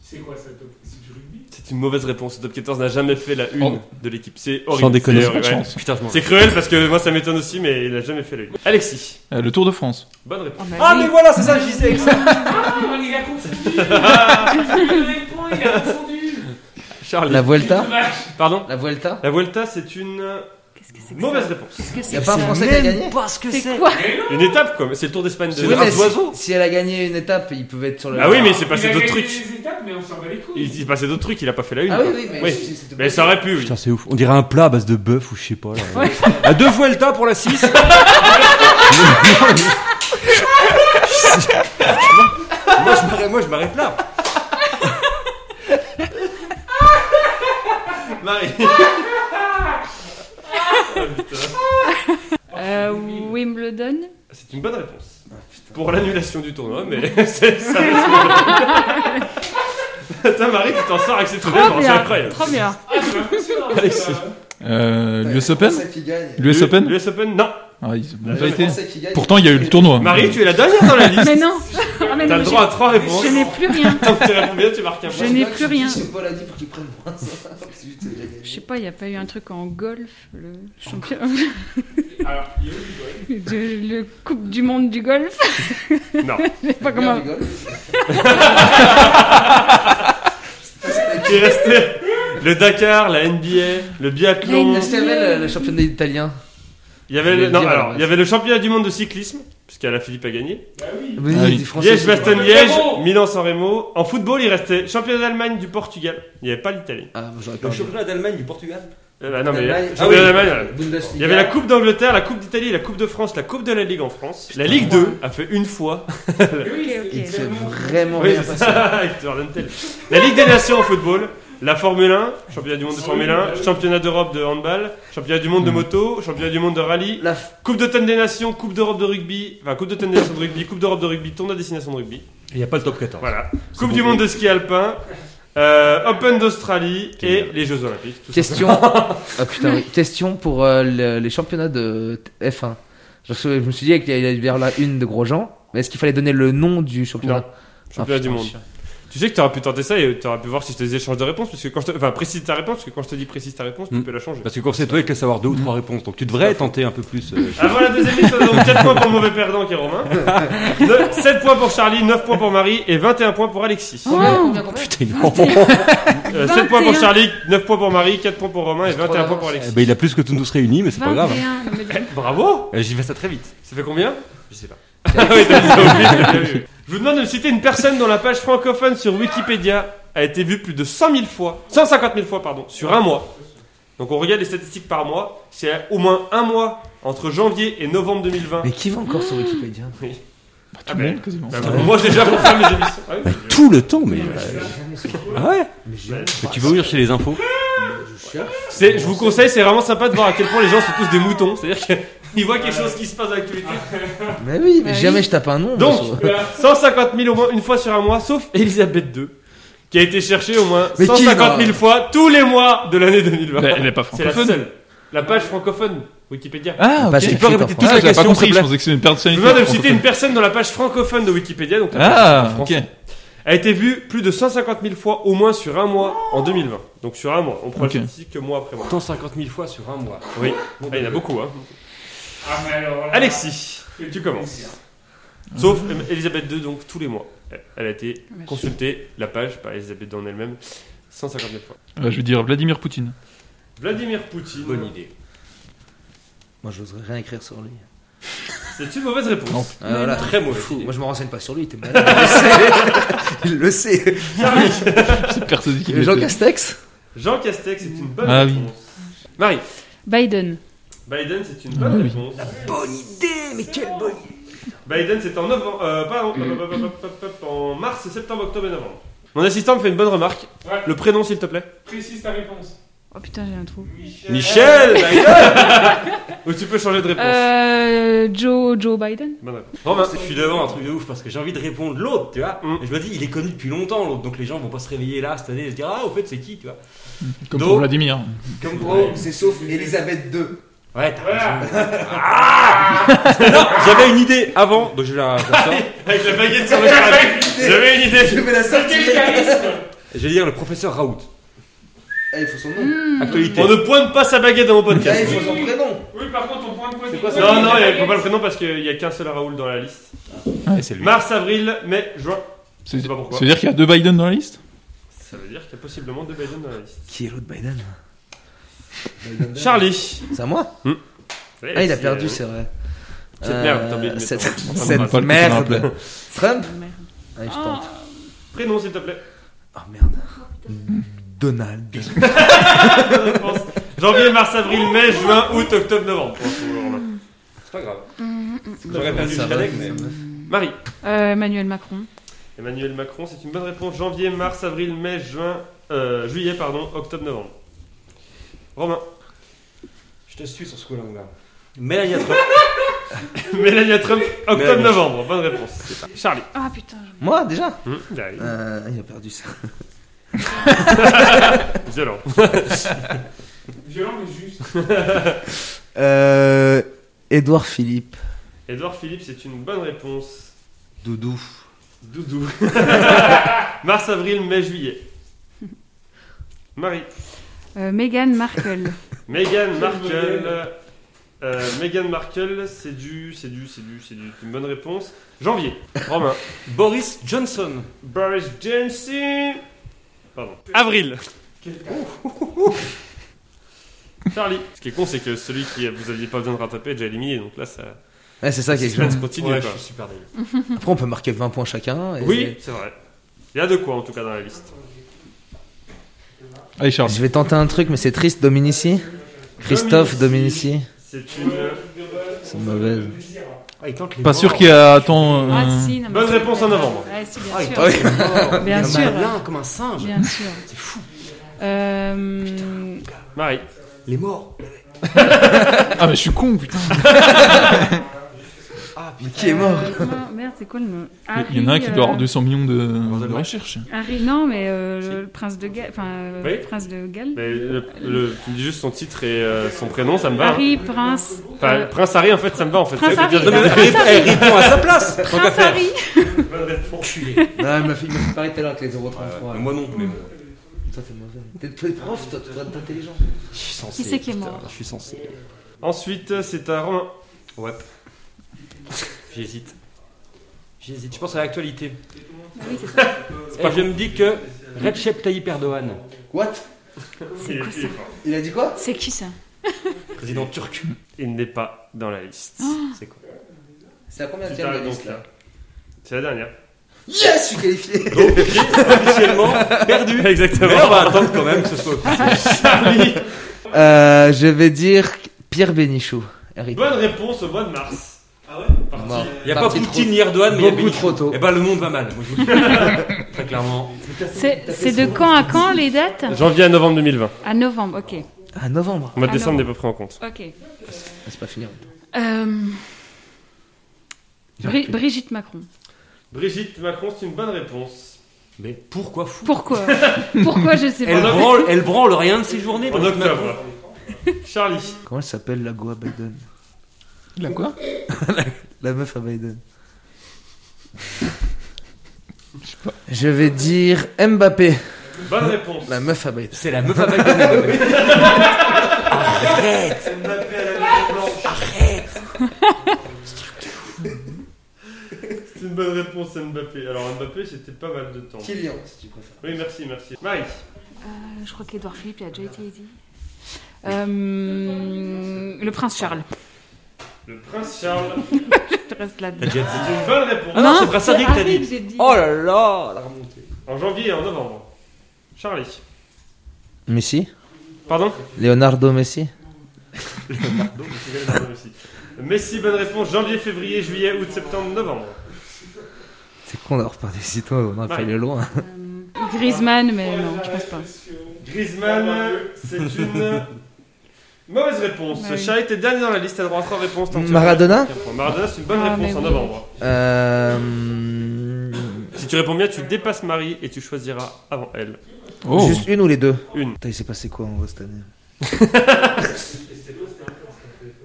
Speaker 6: C'est quoi ça top C'est du rugby
Speaker 1: c'est une mauvaise réponse. Le top 14 n'a jamais fait la une de l'équipe. C'est horrible.
Speaker 5: Oh. Sans déconner.
Speaker 1: C'est horrible, ouais.
Speaker 5: Putain, je m'en
Speaker 1: C'est cruel parce que moi ça m'étonne aussi, mais il n'a jamais fait la une. Alexis,
Speaker 3: Euh, le Tour de France.
Speaker 1: bonne réponse.
Speaker 4: Oh, bah
Speaker 5: Ah,
Speaker 4: oui.
Speaker 5: mais voilà, c'est ça, je disais avec ça.
Speaker 6: Ah, non, il a confondu Il a répondu, il a confondu
Speaker 1: Charlie,
Speaker 2: La Vuelta
Speaker 6: Dommage.
Speaker 1: pardon.
Speaker 2: La Vuelta
Speaker 1: La Vuelta, c'est une
Speaker 4: Qu'est-ce que c'est que
Speaker 1: mauvaise
Speaker 4: ça
Speaker 1: réponse.
Speaker 4: Qu'est-ce que c'est
Speaker 2: Y'a
Speaker 4: que
Speaker 2: pas un
Speaker 4: ça
Speaker 2: Français qui a gagné
Speaker 5: Parce que
Speaker 4: C'est quoi
Speaker 6: Mais non,
Speaker 1: Une étape quoi, mais c'est le Tour d'Espagne de
Speaker 2: Oui, mais
Speaker 1: race
Speaker 2: si-
Speaker 1: d'oiseau.
Speaker 2: Si elle a gagné une étape, il pouvait être sur le.
Speaker 1: Ah oui, mais c'est passé
Speaker 6: il a
Speaker 1: d'autres
Speaker 6: gagné
Speaker 1: trucs.
Speaker 6: les étapes, mais on s'en bat les couilles.
Speaker 1: Il, il passait d'autres trucs, il a pas fait la une.
Speaker 2: Ah oui,
Speaker 1: quoi.
Speaker 2: oui, mais. si- si-
Speaker 1: Mais ça aurait pu, oui.
Speaker 5: Putain, c'est ouf. On dirait un plat à base de bœuf ou je sais pas. Là. À deux fois le tas pour la 6. moi, je m'arrête- moi, je m'arrête là.
Speaker 1: Marie. *laughs* Ah,
Speaker 4: Euh, Wimbledon
Speaker 1: C'est une bonne réponse. Pour l'annulation du tournoi, mais *laughs* c'est ça. Putain, Marie, tu t'en sors avec ces trucs,
Speaker 4: Trop
Speaker 1: c'est
Speaker 4: bien
Speaker 1: incroyable.
Speaker 4: Trop bien
Speaker 6: Ah, c'est impressionnant ça.
Speaker 1: Alexis.
Speaker 3: Euh,
Speaker 2: Ouais,
Speaker 3: L'US
Speaker 2: le
Speaker 3: Open
Speaker 2: Français qui gagne.
Speaker 3: L'US Open
Speaker 1: L'US Open, non.
Speaker 3: Ah, ils ont
Speaker 2: Le
Speaker 3: pas été.
Speaker 2: Français qui gagne.
Speaker 3: Pourtant, il y a eu le tournoi.
Speaker 1: Marie, tu es la dernière dans la liste.
Speaker 4: Mais non Ah, mais non,
Speaker 1: T'as
Speaker 4: mais
Speaker 1: le
Speaker 4: je-
Speaker 1: droit à trois réponses. *laughs*
Speaker 4: Je n'ai plus rien
Speaker 1: Tant que tu réponds bien, tu marques un
Speaker 4: Je
Speaker 1: point.
Speaker 4: n'ai
Speaker 2: Là,
Speaker 4: plus
Speaker 2: tu dis,
Speaker 4: rien.
Speaker 2: C'est Paul a dit pour qu'il prenne *laughs* pour un centre. C'est juste, il a gagné.
Speaker 4: Je sais pas, il n'y a pas eu un truc en golf, le champion, *laughs*
Speaker 6: Alors, Ah, il y a eu du golf.
Speaker 4: de- le Coupe du Monde du golf.
Speaker 1: Non.
Speaker 4: Je sais pas
Speaker 2: Regarde,
Speaker 4: comment.
Speaker 2: rigole.
Speaker 1: Qui est resté le Dakar, la NBA, le biathlon.
Speaker 2: Est-ce qu'il y avait le- le championnat italien
Speaker 3: Ah
Speaker 1: Il y avait
Speaker 2: Je vais
Speaker 1: le,
Speaker 2: le
Speaker 1: non,
Speaker 2: dire,
Speaker 1: alors,
Speaker 2: ouais.
Speaker 1: il y avait le championnat du monde de cyclisme, puisqu'Alain Philippe a gagné.
Speaker 6: Bah
Speaker 2: *laughs*
Speaker 6: oui.
Speaker 2: Oui,
Speaker 3: Ah oui.
Speaker 2: il dit français,
Speaker 1: Liège,
Speaker 2: c'est
Speaker 1: Bastogne,
Speaker 2: bon.
Speaker 1: Liège,
Speaker 6: Bravo.
Speaker 1: Milan-San Remo. En football, il restait championnat d'Allemagne, du Portugal. Il n'y avait pas l'Italie.
Speaker 2: Ah, j'aurais pas
Speaker 5: Le
Speaker 2: dit.
Speaker 5: championnat d'Allemagne, du Portugal.
Speaker 1: Euh, bah, non, mais,
Speaker 2: Allemagne-
Speaker 1: championnat
Speaker 2: Ah oui,
Speaker 1: d'Allemagne, ouais.
Speaker 2: Bundesliga.
Speaker 1: Il y avait la Coupe d'Angleterre, la Coupe d'Italie, la Coupe de France, la Coupe de la Ligue en France. La Ligue 2 a fait une fois.
Speaker 6: Mais Bah oui,
Speaker 4: Ok, ok.
Speaker 6: c'est
Speaker 2: Il fait
Speaker 6: tellement-
Speaker 2: vraiment
Speaker 1: Oui,
Speaker 2: rien
Speaker 1: c'est *laughs*
Speaker 2: passer.
Speaker 1: ça, avec Jordan Tell. La Ligue des Nations en football. La Formule 1, championnat du monde de
Speaker 6: Ah
Speaker 1: Formule
Speaker 6: oui, bah
Speaker 1: 1,
Speaker 6: oui.
Speaker 1: championnat d'Europe de handball, championnat du monde de moto, championnat du monde de rallye,
Speaker 2: La f-
Speaker 1: Coupe d'automne des nations, Coupe d'Europe de rugby, enfin Coupe d'automne des nations de rugby, Coupe d'Europe de rugby, tournoi destination de rugby.
Speaker 5: Il n'y a pas le top 14.
Speaker 1: Voilà. Coupe
Speaker 5: bon
Speaker 1: du
Speaker 5: pays.
Speaker 1: monde de ski alpin, euh, Open d'Australie et les Jeux Olympiques. tout
Speaker 2: Question. *laughs* Ah, putain, oui. Question pour euh, le- les championnats de F1. Je je me suis dit qu'il y avait vers la une de Grosjean, mais est-ce qu'il fallait donner le nom du championnat
Speaker 1: simplement. Championnat
Speaker 2: Ah,
Speaker 1: du
Speaker 2: putain,
Speaker 1: monde.
Speaker 2: chiant.
Speaker 1: Tu sais que t'aurais pu tenter ça et t'aurais pu voir si je te des échanges de réponses, parce que quand je te... enfin précise ta réponse, parce que quand je te dis précise ta réponse, tu
Speaker 5: Mm.
Speaker 1: peux la changer.
Speaker 5: Parce que quand c'est toi, il te laisse avoir deux ou trois réponses. Donc tu devrais tenter un peu plus. euh, je-
Speaker 1: Avant la Ah, deuxième liste, donc 4 points pour le mauvais perdant qui est Romain, 7 points pour Charlie, 9 points pour Marie et 21 points pour Alexis.
Speaker 4: Oh,
Speaker 5: *laughs* Putain, non.
Speaker 1: Euh, 7 points pour
Speaker 4: 21.
Speaker 1: Charlie, 9 points pour Marie, 4 points pour Romain et 21 points pour
Speaker 5: Eh
Speaker 1: Alexis.
Speaker 5: ben, il a plus que tous tous réunis, mais c'est
Speaker 4: Bah
Speaker 5: pas grave.
Speaker 4: 21. mais-
Speaker 1: Bravo
Speaker 5: Euh, J'y vais ça très vite.
Speaker 1: Ça fait combien
Speaker 5: Je sais pas.
Speaker 1: Ah oui, t'as mis ça au pif, t'as bien vu. Je vous demande de me citer une personne dont la page francophone sur Wikipédia a été vue plus de 100 000 fois, 150 000 fois, pardon, sur un mois. Donc on regarde les statistiques par mois. C'est au moins un mois entre janvier et novembre 2020.
Speaker 2: Mais qui va encore
Speaker 1: *laughs*
Speaker 2: sur Wikipédia
Speaker 1: Ah
Speaker 3: Tout le
Speaker 1: ben,
Speaker 3: monde, quasiment.
Speaker 1: bah, moi déjà pour faire mes émissions. Ah oui,
Speaker 5: Mais
Speaker 1: je-
Speaker 5: tout le temps, mais. euh, ah ouais Mais Tu vas ouvrir chez les infos
Speaker 1: c'est- je vous conseille, c'est vraiment sympa de voir à quel point les gens sont tous des moutons. C'est-à-dire *laughs* qu'ils voient quelque chose qui se passe dans l'actualité.
Speaker 2: Mais oui, mais
Speaker 4: Bah
Speaker 2: jamais
Speaker 4: oui.
Speaker 2: je tape un nom.
Speaker 1: *laughs* Donc,
Speaker 2: moi, sur-
Speaker 6: Voilà.
Speaker 1: 150 000 au moins une fois sur un mois, sauf Elisabeth II, qui a été cherchée au moins
Speaker 2: Mais qui,
Speaker 1: 150 000
Speaker 2: non
Speaker 1: fois tous les mois de l'année 2020.
Speaker 3: Bah, Elle n'est pas
Speaker 1: C'est la
Speaker 3: francophone.
Speaker 1: seule. La page francophone Wikipédia.
Speaker 3: Ah,
Speaker 2: Parce
Speaker 3: ok.
Speaker 2: qu'il peut répéter
Speaker 5: toute
Speaker 3: Ah,
Speaker 5: la
Speaker 3: j'avais pas
Speaker 5: question,
Speaker 3: compris.
Speaker 5: s'il
Speaker 3: Je
Speaker 5: te plaît.
Speaker 3: pensais que c'était une
Speaker 1: Je
Speaker 3: personnalité.
Speaker 1: vous demande de me citer
Speaker 3: francophone.
Speaker 1: une personne dans la page francophone de Wikipédia, donc la
Speaker 3: Ah,
Speaker 1: page
Speaker 3: ok.
Speaker 1: française, a été vue plus de 150 000 fois au moins sur un mois en 2020. Donc sur un mois, on prend
Speaker 3: Ok.
Speaker 1: la statistique que mois après mois.
Speaker 5: 150 000 fois sur un mois.
Speaker 1: Oui, Ah, il y en a beaucoup. Hein.
Speaker 6: Ah, mais alors là-
Speaker 1: Alexis, tu commences. Sauf euh, Elisabeth II, donc tous les mois. Elle a été consultée, la page, par Elisabeth II en elle-même, 150 000 fois.
Speaker 3: Euh, Je veux dire Vladimir
Speaker 1: *laughs*
Speaker 3: Poutine.
Speaker 1: Vladimir Poutine.
Speaker 5: Bonne idée.
Speaker 2: Moi, je n'oserais rien écrire sur lui.
Speaker 1: C'est une mauvaise réponse.
Speaker 2: Ah, voilà.
Speaker 5: Très mauvais.
Speaker 2: Fou. Moi, je me renseigne pas sur lui,
Speaker 1: *laughs*
Speaker 2: t'es malade. Il le sait. Il le sait.
Speaker 3: Cette personne qui
Speaker 2: Jean
Speaker 3: l'était.
Speaker 2: Castex
Speaker 1: Jean Castex, c'est une bonne
Speaker 3: Ah oui.
Speaker 1: réponse. Marie,
Speaker 4: Biden.
Speaker 1: Biden, c'est une bonne
Speaker 3: Ah oui.
Speaker 1: réponse.
Speaker 2: Bonne idée, mais quelle bonne idée.
Speaker 1: Biden, c'est en novembre. euh, pardon, hop, hop, hop, hop, hop, hop, en mars, septembre, octobre et novembre. Mon assistant me fait une bonne remarque.
Speaker 6: Ouais.
Speaker 1: Le prénom, s'il te plaît.
Speaker 6: Précise ta réponse.
Speaker 4: Oh putain, j'ai un trou.
Speaker 1: Euh,
Speaker 6: Michel.
Speaker 1: Michel *laughs* Biden. Ou tu peux changer de réponse.
Speaker 4: Euh, Joe, Joe Biden
Speaker 1: Bonne réponse.
Speaker 5: Non,
Speaker 1: Romain.
Speaker 5: je suis devant un truc de ouf parce que j'ai envie de répondre l'autre, tu vois.
Speaker 1: hein. Mm.
Speaker 5: Et je me dis, il est connu depuis longtemps l'autre, donc les gens vont pas se réveiller là cette année et se dire, ah, au fait, c'est qui, tu vois.
Speaker 3: Comme
Speaker 5: Donc-
Speaker 3: pour Vladimir.
Speaker 5: Comme
Speaker 2: c'est sauf Elisabeth II.
Speaker 5: Ouais, t'as- Ah
Speaker 6: Voilà.
Speaker 5: Non, j'avais une idée avant, donc je la je la sors.
Speaker 1: Avec la baguette *laughs* sur le crâne. J'avais une idée.
Speaker 2: Je vais la
Speaker 6: Quel
Speaker 2: sortir.
Speaker 6: charisme
Speaker 5: Je vais dire le professeur Raoult.
Speaker 2: Ah, il faut son nom.
Speaker 5: Actualité.
Speaker 1: On ne pointe pas sa baguette dans mon
Speaker 2: Ah,
Speaker 1: podcast.
Speaker 2: il faut son prénom.
Speaker 6: Oui, par contre, on point de poids.
Speaker 5: quoi ça
Speaker 1: Non, non, il n'y a pas le prénom parce qu'il n'y a qu'un seul Raoul dans la liste.
Speaker 3: Ouais, c'est lui.
Speaker 1: Mars, avril, mai, juin.
Speaker 3: C'est-
Speaker 1: Je sais pas pourquoi.
Speaker 3: Ça veut dire qu'il y a deux Biden dans la liste
Speaker 1: Ça veut dire qu'il y a possiblement deux Biden dans la liste.
Speaker 2: Qui est l'autre Biden
Speaker 1: Charlie.
Speaker 2: C'est à moi Ah, il a
Speaker 1: euh,
Speaker 2: perdu, c'est vrai.
Speaker 1: Cette merde, t'as oublié de
Speaker 2: Euh,
Speaker 1: mettre
Speaker 2: Cette
Speaker 1: ton-
Speaker 3: Enfin, on va
Speaker 2: cette
Speaker 3: pas le couper
Speaker 2: merde. Trump Ah, je
Speaker 4: Oh.
Speaker 2: tente.
Speaker 1: Prénom, s'il te plaît. *laughs*
Speaker 2: Oh merde. Donald.
Speaker 1: Réponse. Janvier, mars, avril, mai, juin, août, octobre, novembre. Pour ce jour-là.
Speaker 5: C'est pas grave.
Speaker 1: J'aurais perdu
Speaker 2: Ça
Speaker 1: le
Speaker 2: va,
Speaker 1: Shadeg,
Speaker 2: ça
Speaker 1: mais-
Speaker 2: va.
Speaker 1: Marie.
Speaker 4: Oh. Euh, Emmanuel Macron.
Speaker 1: Emmanuel Macron, c'est une bonne réponse. Janvier, mars, avril, mai, juin, euh, juillet, pardon, octobre, novembre. Romain. *laughs*
Speaker 5: Je te suis sur ce coup-là, mon gars. Mélania Trump.
Speaker 1: Mélania Trump, octobre,
Speaker 5: Mélania.
Speaker 1: novembre. Bonne réponse. Charlie.
Speaker 4: Ah putain. je-
Speaker 2: Moi déjà
Speaker 1: Hum, Charlie.
Speaker 2: Euh, Il a perdu ça.
Speaker 1: Violent.
Speaker 6: Violent, mais juste.
Speaker 2: Euh, Edouard Philippe.
Speaker 1: Edouard Philippe, c'est une bonne réponse.
Speaker 2: Doudou.
Speaker 1: Doudou. mars, avril, mai,
Speaker 5: *laughs*
Speaker 1: juillet. Marie.
Speaker 4: Euh, Meghan Markle.
Speaker 1: Meghan Markle. Euh, Meghan Markle, c'est du, c'est du, c'est du, c'est du. C'est une bonne réponse. Janvier.
Speaker 5: *laughs*
Speaker 1: Romain.
Speaker 5: Boris Johnson.
Speaker 1: Boris Johnson. Pardon. Avril. *laughs* Charlie. Ce qui est con, c'est que celui qui vous aviez pas besoin de rattraper est déjà éliminé, donc là ça.
Speaker 2: Ouais, c'est ça qui est
Speaker 1: Ça
Speaker 2: excellent.
Speaker 1: se continue.
Speaker 5: Ouais, je
Speaker 1: quoi.
Speaker 5: suis super dégueu.
Speaker 2: Après, on peut marquer 20 points chacun. et-
Speaker 1: Oui, c'est vrai. Il y a de quoi en tout cas dans la liste.
Speaker 3: Allez, Charles.
Speaker 2: Je vais tenter un truc, mais c'est triste, Dominici. Christophe Dominici.
Speaker 1: C'est une euh,
Speaker 2: C'est mauvaise.
Speaker 5: Ah, il tente les
Speaker 3: Pas sûr qu'il y a tant.
Speaker 4: Ah
Speaker 3: euh,
Speaker 4: si. non, mais
Speaker 1: bonne
Speaker 4: c'est
Speaker 1: réponse
Speaker 4: vrai.
Speaker 1: en novembre.
Speaker 4: Ouais, si, bien
Speaker 5: Ah, il
Speaker 4: sûr.
Speaker 5: tente les morts.
Speaker 4: Bien
Speaker 5: Il y en a
Speaker 4: sûr.
Speaker 5: un comme un singe.
Speaker 4: Bien sûr. C'est fou. Euh,
Speaker 1: Marie.
Speaker 5: Les morts.
Speaker 3: Ah, mais je suis con, putain.
Speaker 5: Ah, putain.
Speaker 2: Qui est mort
Speaker 4: euh, comment- Merde, c'est quoi le nom
Speaker 3: Il y en a un qui
Speaker 4: Harry,
Speaker 3: doit avoir
Speaker 4: euh,
Speaker 3: 200 millions de,
Speaker 5: Bordel.
Speaker 3: de recherches.
Speaker 4: Harry, non, mais euh,
Speaker 1: Si.
Speaker 4: le prince de Galles. Enfin, euh,
Speaker 1: Oui.
Speaker 4: le prince de Galles.
Speaker 1: Mais le, le- tu me dis juste son titre et euh, son prénom, ça me va.
Speaker 4: Harry, prince.
Speaker 1: Enfin,
Speaker 4: euh,
Speaker 1: Prince Harry, en fait, ça me va en fait.
Speaker 4: Prince
Speaker 1: C'est-
Speaker 4: Harry,
Speaker 1: c'est bien
Speaker 4: bah.
Speaker 1: donné.
Speaker 5: Ré- eh, réponds à sa place. Tant qu'à
Speaker 4: prince
Speaker 5: faire.
Speaker 4: Harry.
Speaker 2: Non, il m'a fait, il m'a fait pareil tout à l'heure avec les 0,33.
Speaker 5: Euh, Moi non, mais bon.
Speaker 2: Toi, t'es mauvais. T'es- T'es prof, toi, tu dois être intelligent.
Speaker 5: Je suis censé.
Speaker 4: Qui c'est qui est
Speaker 5: putain,
Speaker 4: mort
Speaker 5: Je suis censé.
Speaker 1: Ensuite, c'est à Romain.
Speaker 5: Ouais. J'hésite. J'hésite. Je pense à l'actualité.
Speaker 4: Oui, c'est ça.
Speaker 5: Et je me dis que Recep Tayyip Erdogan,
Speaker 2: What
Speaker 1: Il-
Speaker 4: quoi
Speaker 1: il-
Speaker 4: ça
Speaker 2: Il a dit quoi
Speaker 4: C'est qui ça
Speaker 5: président turc.
Speaker 1: Il n'est pas dans la liste.
Speaker 4: Oh.
Speaker 5: C'est quoi
Speaker 2: C'est la combien de
Speaker 1: Tu
Speaker 2: tiens
Speaker 1: t'arrêtes
Speaker 2: de
Speaker 1: donc
Speaker 2: liste là
Speaker 1: là. C'est la dernière.
Speaker 2: Yes, je suis qualifié
Speaker 5: Officiellement perdu.
Speaker 1: Exactement.
Speaker 5: Mais on va attendre quand même que ce soit.
Speaker 2: Euh, je vais dire Pierre Bénichou. Eric.
Speaker 1: Bonne réponse au mois de mars.
Speaker 6: Ah ouais
Speaker 1: Parti.
Speaker 2: Mort.
Speaker 5: Il n'y a pas
Speaker 2: Parti
Speaker 5: Poutine ni Erdogan, mais il y a
Speaker 2: Beaucoup
Speaker 5: Benito.
Speaker 2: trop tôt.
Speaker 5: Eh ben le monde va mal. Moi, je vous le *laughs* dis. Très clairement.
Speaker 4: C'est c'est de quand à quand les dates
Speaker 1: Janvier à novembre 2020.
Speaker 4: À novembre, ok.
Speaker 2: Ah, novembre.
Speaker 1: Le mois de
Speaker 4: Ah
Speaker 1: décembre
Speaker 4: non.
Speaker 1: n'est pas pris en compte.
Speaker 4: Ok.
Speaker 2: Ah, C'est pas fini.
Speaker 4: Euh, Bri- Brigitte Macron.
Speaker 1: Brigitte Macron, c'est une bonne réponse.
Speaker 5: Mais pourquoi fou *laughs*
Speaker 4: Pourquoi Pourquoi je sais
Speaker 5: elle
Speaker 4: pas.
Speaker 5: branle, elle branle rien de ses journées.
Speaker 1: En
Speaker 5: donc,
Speaker 1: octobre.
Speaker 4: *laughs*
Speaker 1: Charlie.
Speaker 2: Comment elle s'appelle la go à Biden
Speaker 3: Il a quoi
Speaker 2: *laughs* La meuf à Biden. Je vais dire Mbappé.
Speaker 1: Bonne réponse.
Speaker 2: La meuf à Biden.
Speaker 5: C'est la meuf avec le nez. Arrête
Speaker 1: C'est une bonne réponse Mbappé. Alors Mbappé, c'était pas mal de temps.
Speaker 2: Kylian, si tu préfères.
Speaker 1: Oui, merci, merci. Marie.
Speaker 4: Euh, Je crois qu'Edouard Philippe il a déjà été dit. Euh, le prince Charles.
Speaker 1: Le prince Charles.
Speaker 4: Je reste là.
Speaker 5: T'as déjà dit.
Speaker 1: C'est une bonne réponse.
Speaker 5: Ah non, c'est prince Harry que t'as dit.
Speaker 4: j'ai dit.
Speaker 5: Oh là là, la remontée.
Speaker 1: En janvier et en novembre. Charlie.
Speaker 2: Messi
Speaker 1: Pardon
Speaker 2: Leonardo Messi
Speaker 1: Donc, je suis bien aussi. Messi, bonne réponse. Janvier, février, juillet, août, septembre, novembre.
Speaker 2: C'est con d'avoir parlé si tôt, on aurait pu
Speaker 1: Ouais.
Speaker 2: aller loin.
Speaker 4: Euh, Griezmann, mais Ah non, je pense pas.
Speaker 1: Griezmann, c'est une mauvaise réponse.
Speaker 4: Bah oui.
Speaker 1: Charlie était dernier dans la liste, elle a droit à 3 réponses. tant que tu
Speaker 2: Maradona
Speaker 1: réponds. Tiens, Maradona, c'est une bonne
Speaker 4: Ah,
Speaker 1: réponse
Speaker 4: mais
Speaker 1: en
Speaker 4: oui.
Speaker 1: novembre.
Speaker 2: Euh...
Speaker 1: Si tu réponds bien, tu dépasses Marie et tu choisiras avant elle.
Speaker 3: Oh
Speaker 2: Juste une ou les deux
Speaker 1: Une.
Speaker 2: Putain, il s'est passé quoi en vrai cette année *laughs*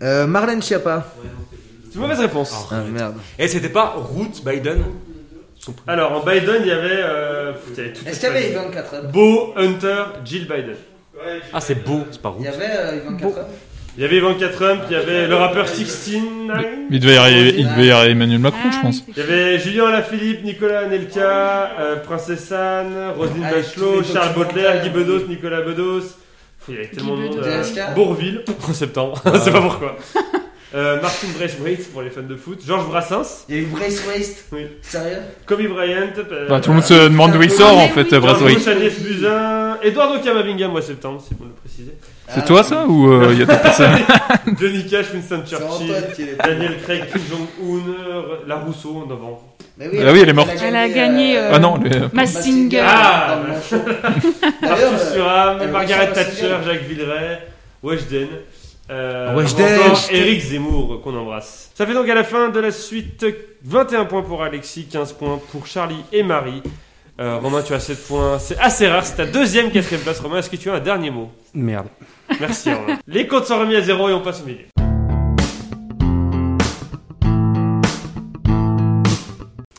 Speaker 2: Euh, Marlène Schiappa.
Speaker 1: C'est une mauvaise réponse.
Speaker 2: Ah merde.
Speaker 5: Et Eh, c'était pas Ruth Biden
Speaker 1: Alors, en Biden, il y avait. euh, pff, il y avait toute
Speaker 2: Ah. Est-ce qu'il y
Speaker 1: la
Speaker 2: avait
Speaker 1: famille.
Speaker 2: Yvan 4 hommes
Speaker 1: Beau, Hunter, Jill Biden.
Speaker 5: Ah, c'est beau, c'est pas
Speaker 2: Il
Speaker 5: Ruth.
Speaker 2: y avait euh, Yvan 4 hommes
Speaker 1: Il y avait Ivanka Trump, il y avait le rappeur 69.
Speaker 3: Mais il devait y arriver, il devait y arriver Emmanuel Macron,
Speaker 4: Ah,
Speaker 3: je pense.
Speaker 1: Il y avait Julien Alaphilippe, Nicolas Anelka, euh, Princesse Anne, Roselyne
Speaker 2: Ah, les-
Speaker 1: Bachelot,
Speaker 2: les
Speaker 1: Charles Baudelaire, Guy
Speaker 3: euh,
Speaker 2: documentaires.
Speaker 1: Bedos, Nicolas Bedos. Pff, Il y avait tellement de
Speaker 4: Guy
Speaker 1: monde.
Speaker 4: Bedos.
Speaker 1: euh,
Speaker 2: DSK.
Speaker 1: Bourville, *laughs* en septembre, c'est pas pourquoi. Euh, Martin Braithwaite pour les fans de foot, Georges Brassens,
Speaker 2: Il y a eu Brace Waste.
Speaker 1: Oui.
Speaker 2: Sérieux
Speaker 1: Kobe Bryant, euh,
Speaker 3: Bah, tout le monde se demande d'où il sort, en fait, euh, Brathwaite.
Speaker 1: Jean-Louis Agnès Buzyn, Eduardo Camavinga, mois de septembre, si vous le précisez.
Speaker 2: Ah,
Speaker 3: C'est toi ça ou euh, il y a d'autres personnes
Speaker 1: *laughs* Johnny Cash, Winston
Speaker 2: C'est
Speaker 1: Churchill,
Speaker 2: Antoine qui est.
Speaker 1: Daniel Craig, Kim Jong-un, euh, La Rousseau en novembre.
Speaker 2: Mais
Speaker 3: Ah oui, elle est morte.
Speaker 4: Elle a gagné,
Speaker 2: euh,
Speaker 4: euh,
Speaker 3: Ah non, le-
Speaker 4: Massinger. euh,
Speaker 1: Ah,
Speaker 2: dans le manchot. D'ailleurs,
Speaker 1: Arthur
Speaker 2: euh,
Speaker 1: Suram,
Speaker 2: elle
Speaker 1: Margaret
Speaker 2: ressort aussi,
Speaker 1: Thatcher,
Speaker 2: elle.
Speaker 1: Jacques Villeray, Weshden. Euh,
Speaker 2: Weshden.
Speaker 1: encore Eric Zemmour qu'on embrasse. Ça fait donc à la fin de la suite 21 points pour Alexis, 15 points pour Charlie et Marie. Euh, Romain, tu as 7 points. C'est assez rare, c'est ta deuxième, quatrième place. Romain, est-ce que tu as un dernier mot
Speaker 5: Merde.
Speaker 1: Merci Romain. Les comptes sont remis à zéro et on passe au milieu.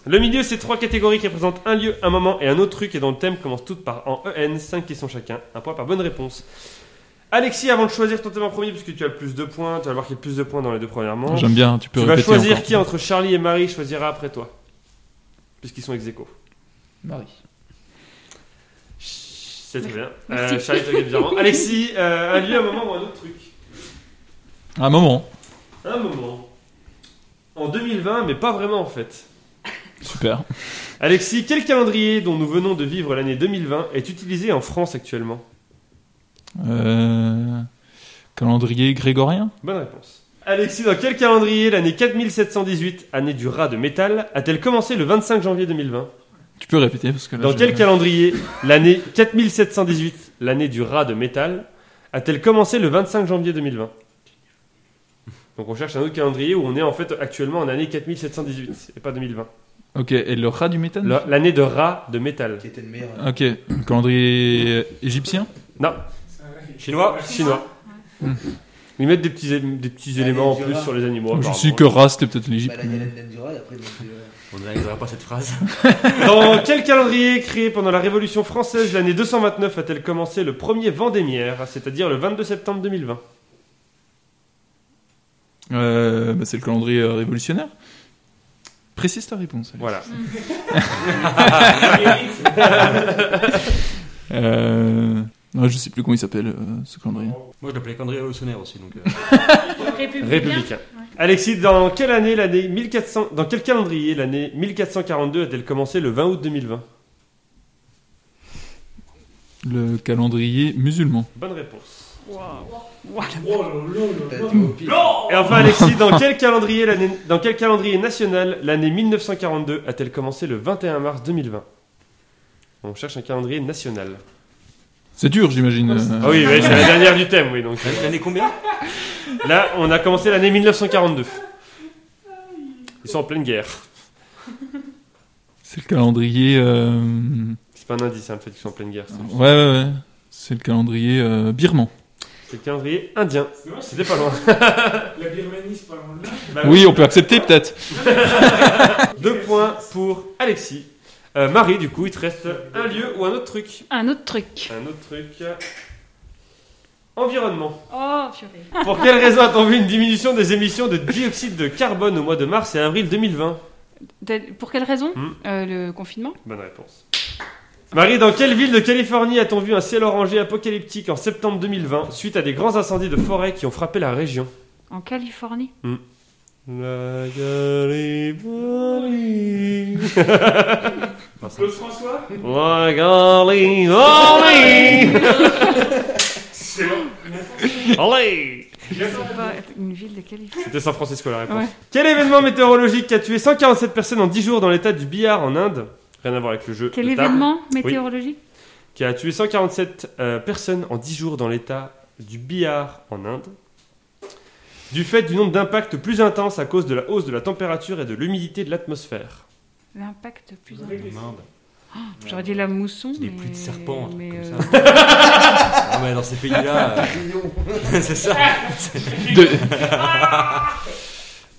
Speaker 1: Le milieu, c'est trois catégories qui représentent un lieu, un moment et un autre truc, et dont le thème commence toutes par en EN, 5 questions chacun, un point par bonne réponse. Alexis, avant de choisir ton thème en premier, puisque tu as le plus de points, tu vas voir qu'il y a le plus de points dans les deux premières manches,
Speaker 3: J'aime bien, tu peux
Speaker 1: tu vas
Speaker 3: répéter
Speaker 1: choisir
Speaker 3: encore.
Speaker 1: qui entre Charlie et Marie choisira après toi, puisqu'ils sont ex aequo.
Speaker 3: Marie.
Speaker 1: C'est très bien.
Speaker 4: Merci.
Speaker 1: Euh, Charlie, tu regardes bizarrement. Alexis, euh, un lieu, un moment ou un autre truc
Speaker 3: Un moment,
Speaker 1: Un moment. En 2020, mais pas vraiment en fait.
Speaker 3: super.
Speaker 1: Alexis, quel calendrier dont nous venons de vivre l'année 2020 est utilisé en France actuellement
Speaker 3: Euh, Calendrier grégorien
Speaker 1: Bonne réponse. Alexis, dans quel calendrier l'année 4718, année du rat de métal, a-t-elle commencé le 25 janvier 2020
Speaker 3: Tu peux répéter parce que là,
Speaker 1: Dans
Speaker 3: je-
Speaker 1: quel calendrier l'année 4718, l'année du rat de métal, a-t-elle commencé le 25 janvier 2020 Donc on cherche un autre calendrier où on est en fait actuellement en année 4718 et pas 2020.
Speaker 3: Ok, et le rat du méthane
Speaker 1: Le- L'année de rat de métal.
Speaker 2: Qui était le meilleur. euh,
Speaker 3: Ok, calendrier égyptien
Speaker 1: Non,
Speaker 6: *laughs*
Speaker 5: Chinois
Speaker 2: *laughs*
Speaker 1: Chinois. Ils mettent des petits, des petits
Speaker 2: Allez,
Speaker 1: éléments en
Speaker 2: du
Speaker 1: plus
Speaker 2: rat.
Speaker 1: sur les animaux.
Speaker 3: Je
Speaker 1: apparemment.
Speaker 3: suis que rat c'était peut-être
Speaker 2: Bah,
Speaker 3: l'Égypte.
Speaker 2: la Yolande Dendura, et après, donc, euh,
Speaker 5: On ne réalisera pas cette phrase.
Speaker 1: Dans quel calendrier créé pendant la Révolution française, l'année 229 a-t-elle commencé le premier Vendémiaire, c'est-à-dire le 22 septembre 2020
Speaker 3: Euh, bah, c'est le calendrier euh, révolutionnaire. Précise ta réponse. allez.
Speaker 1: Voilà.
Speaker 6: Oh
Speaker 3: Euh... non, je sais plus comment il s'appelle euh, ce calendrier.
Speaker 5: Moi, je l'appelais calendrier révolutionnaire aussi, donc. euh.
Speaker 4: Républicain.
Speaker 1: Républicain. Alexis, dans quelle année l'année 1400 dans quel calendrier l'année 1442 a-t-elle commencé le 20 août 2020
Speaker 3: Le calendrier musulman.
Speaker 1: Bonne réponse.
Speaker 6: Oh lolo,
Speaker 2: t'as été au pire.
Speaker 1: Et enfin Alexis, dans quel calendrier l'année dans quel calendrier national l'année 1942 a-t-elle commencé le 21 mars 2020 On cherche un calendrier national.
Speaker 3: C'est dur, j'imagine. euh,
Speaker 1: Ah oui, oui, c'est la dernière du thème, oui. Donc
Speaker 5: L'année combien
Speaker 1: là, on a commencé l'année 1942. Ils sont en pleine guerre.
Speaker 3: C'est le calendrier. euh,
Speaker 1: C'est pas un indice, hein, le fait qu'ils sont en pleine guerre. c'est juste-
Speaker 3: Ouais, ouais, ouais. C'est le calendrier euh, birman.
Speaker 1: C'est le calendrier indien. C'était pas loin.
Speaker 6: la Birmanie, c'est pas loin de là.
Speaker 3: Oui, on peut accepter peut-être.
Speaker 1: Deux points pour Alexis. Euh, Marie, du coup, il te reste un lieu ou un autre truc.
Speaker 4: Un autre truc.
Speaker 1: Un autre truc. Environnement.
Speaker 4: Oh, purée.
Speaker 1: Pour quelle raison a-t-on vu une diminution des émissions de dioxyde de carbone au mois de mars et avril 2020
Speaker 4: T'as- Pour quelle raison
Speaker 1: Hmm.
Speaker 4: Euh, Le confinement
Speaker 1: Bonne réponse. Marie, dans quelle ville de Californie a-t-on vu un ciel orangé apocalyptique en septembre 2020 suite à des grands incendies de forêt qui ont frappé la région
Speaker 4: En Californie
Speaker 1: La Californie.
Speaker 6: Claude François
Speaker 1: La Californie.
Speaker 6: C'est bon.
Speaker 1: Allez
Speaker 4: Pas Une ville de Californie.
Speaker 1: C'était San Francisco la réponse.
Speaker 4: Ouais.
Speaker 1: Quel événement météorologique a tué 147 personnes en 10 jours dans l'état du Bihar en Inde Rien à voir avec le jeu.
Speaker 4: Quel
Speaker 1: de table.
Speaker 4: événement météorologique
Speaker 1: qui a tué 147 euh, personnes en 10 jours dans l'état du Bihar en Inde, du fait du nombre d'impacts plus intenses à cause de la hausse de la température et de l'humidité de l'atmosphère.
Speaker 4: L'impact plus.
Speaker 5: Merde.
Speaker 4: Ah, J'aurais dit la mousson. mais-
Speaker 5: Des pluies de serpents, un truc
Speaker 4: mais,
Speaker 5: comme
Speaker 4: euh,
Speaker 5: Ah, mais dans ces pays-là, euh, *laughs* c'est ça.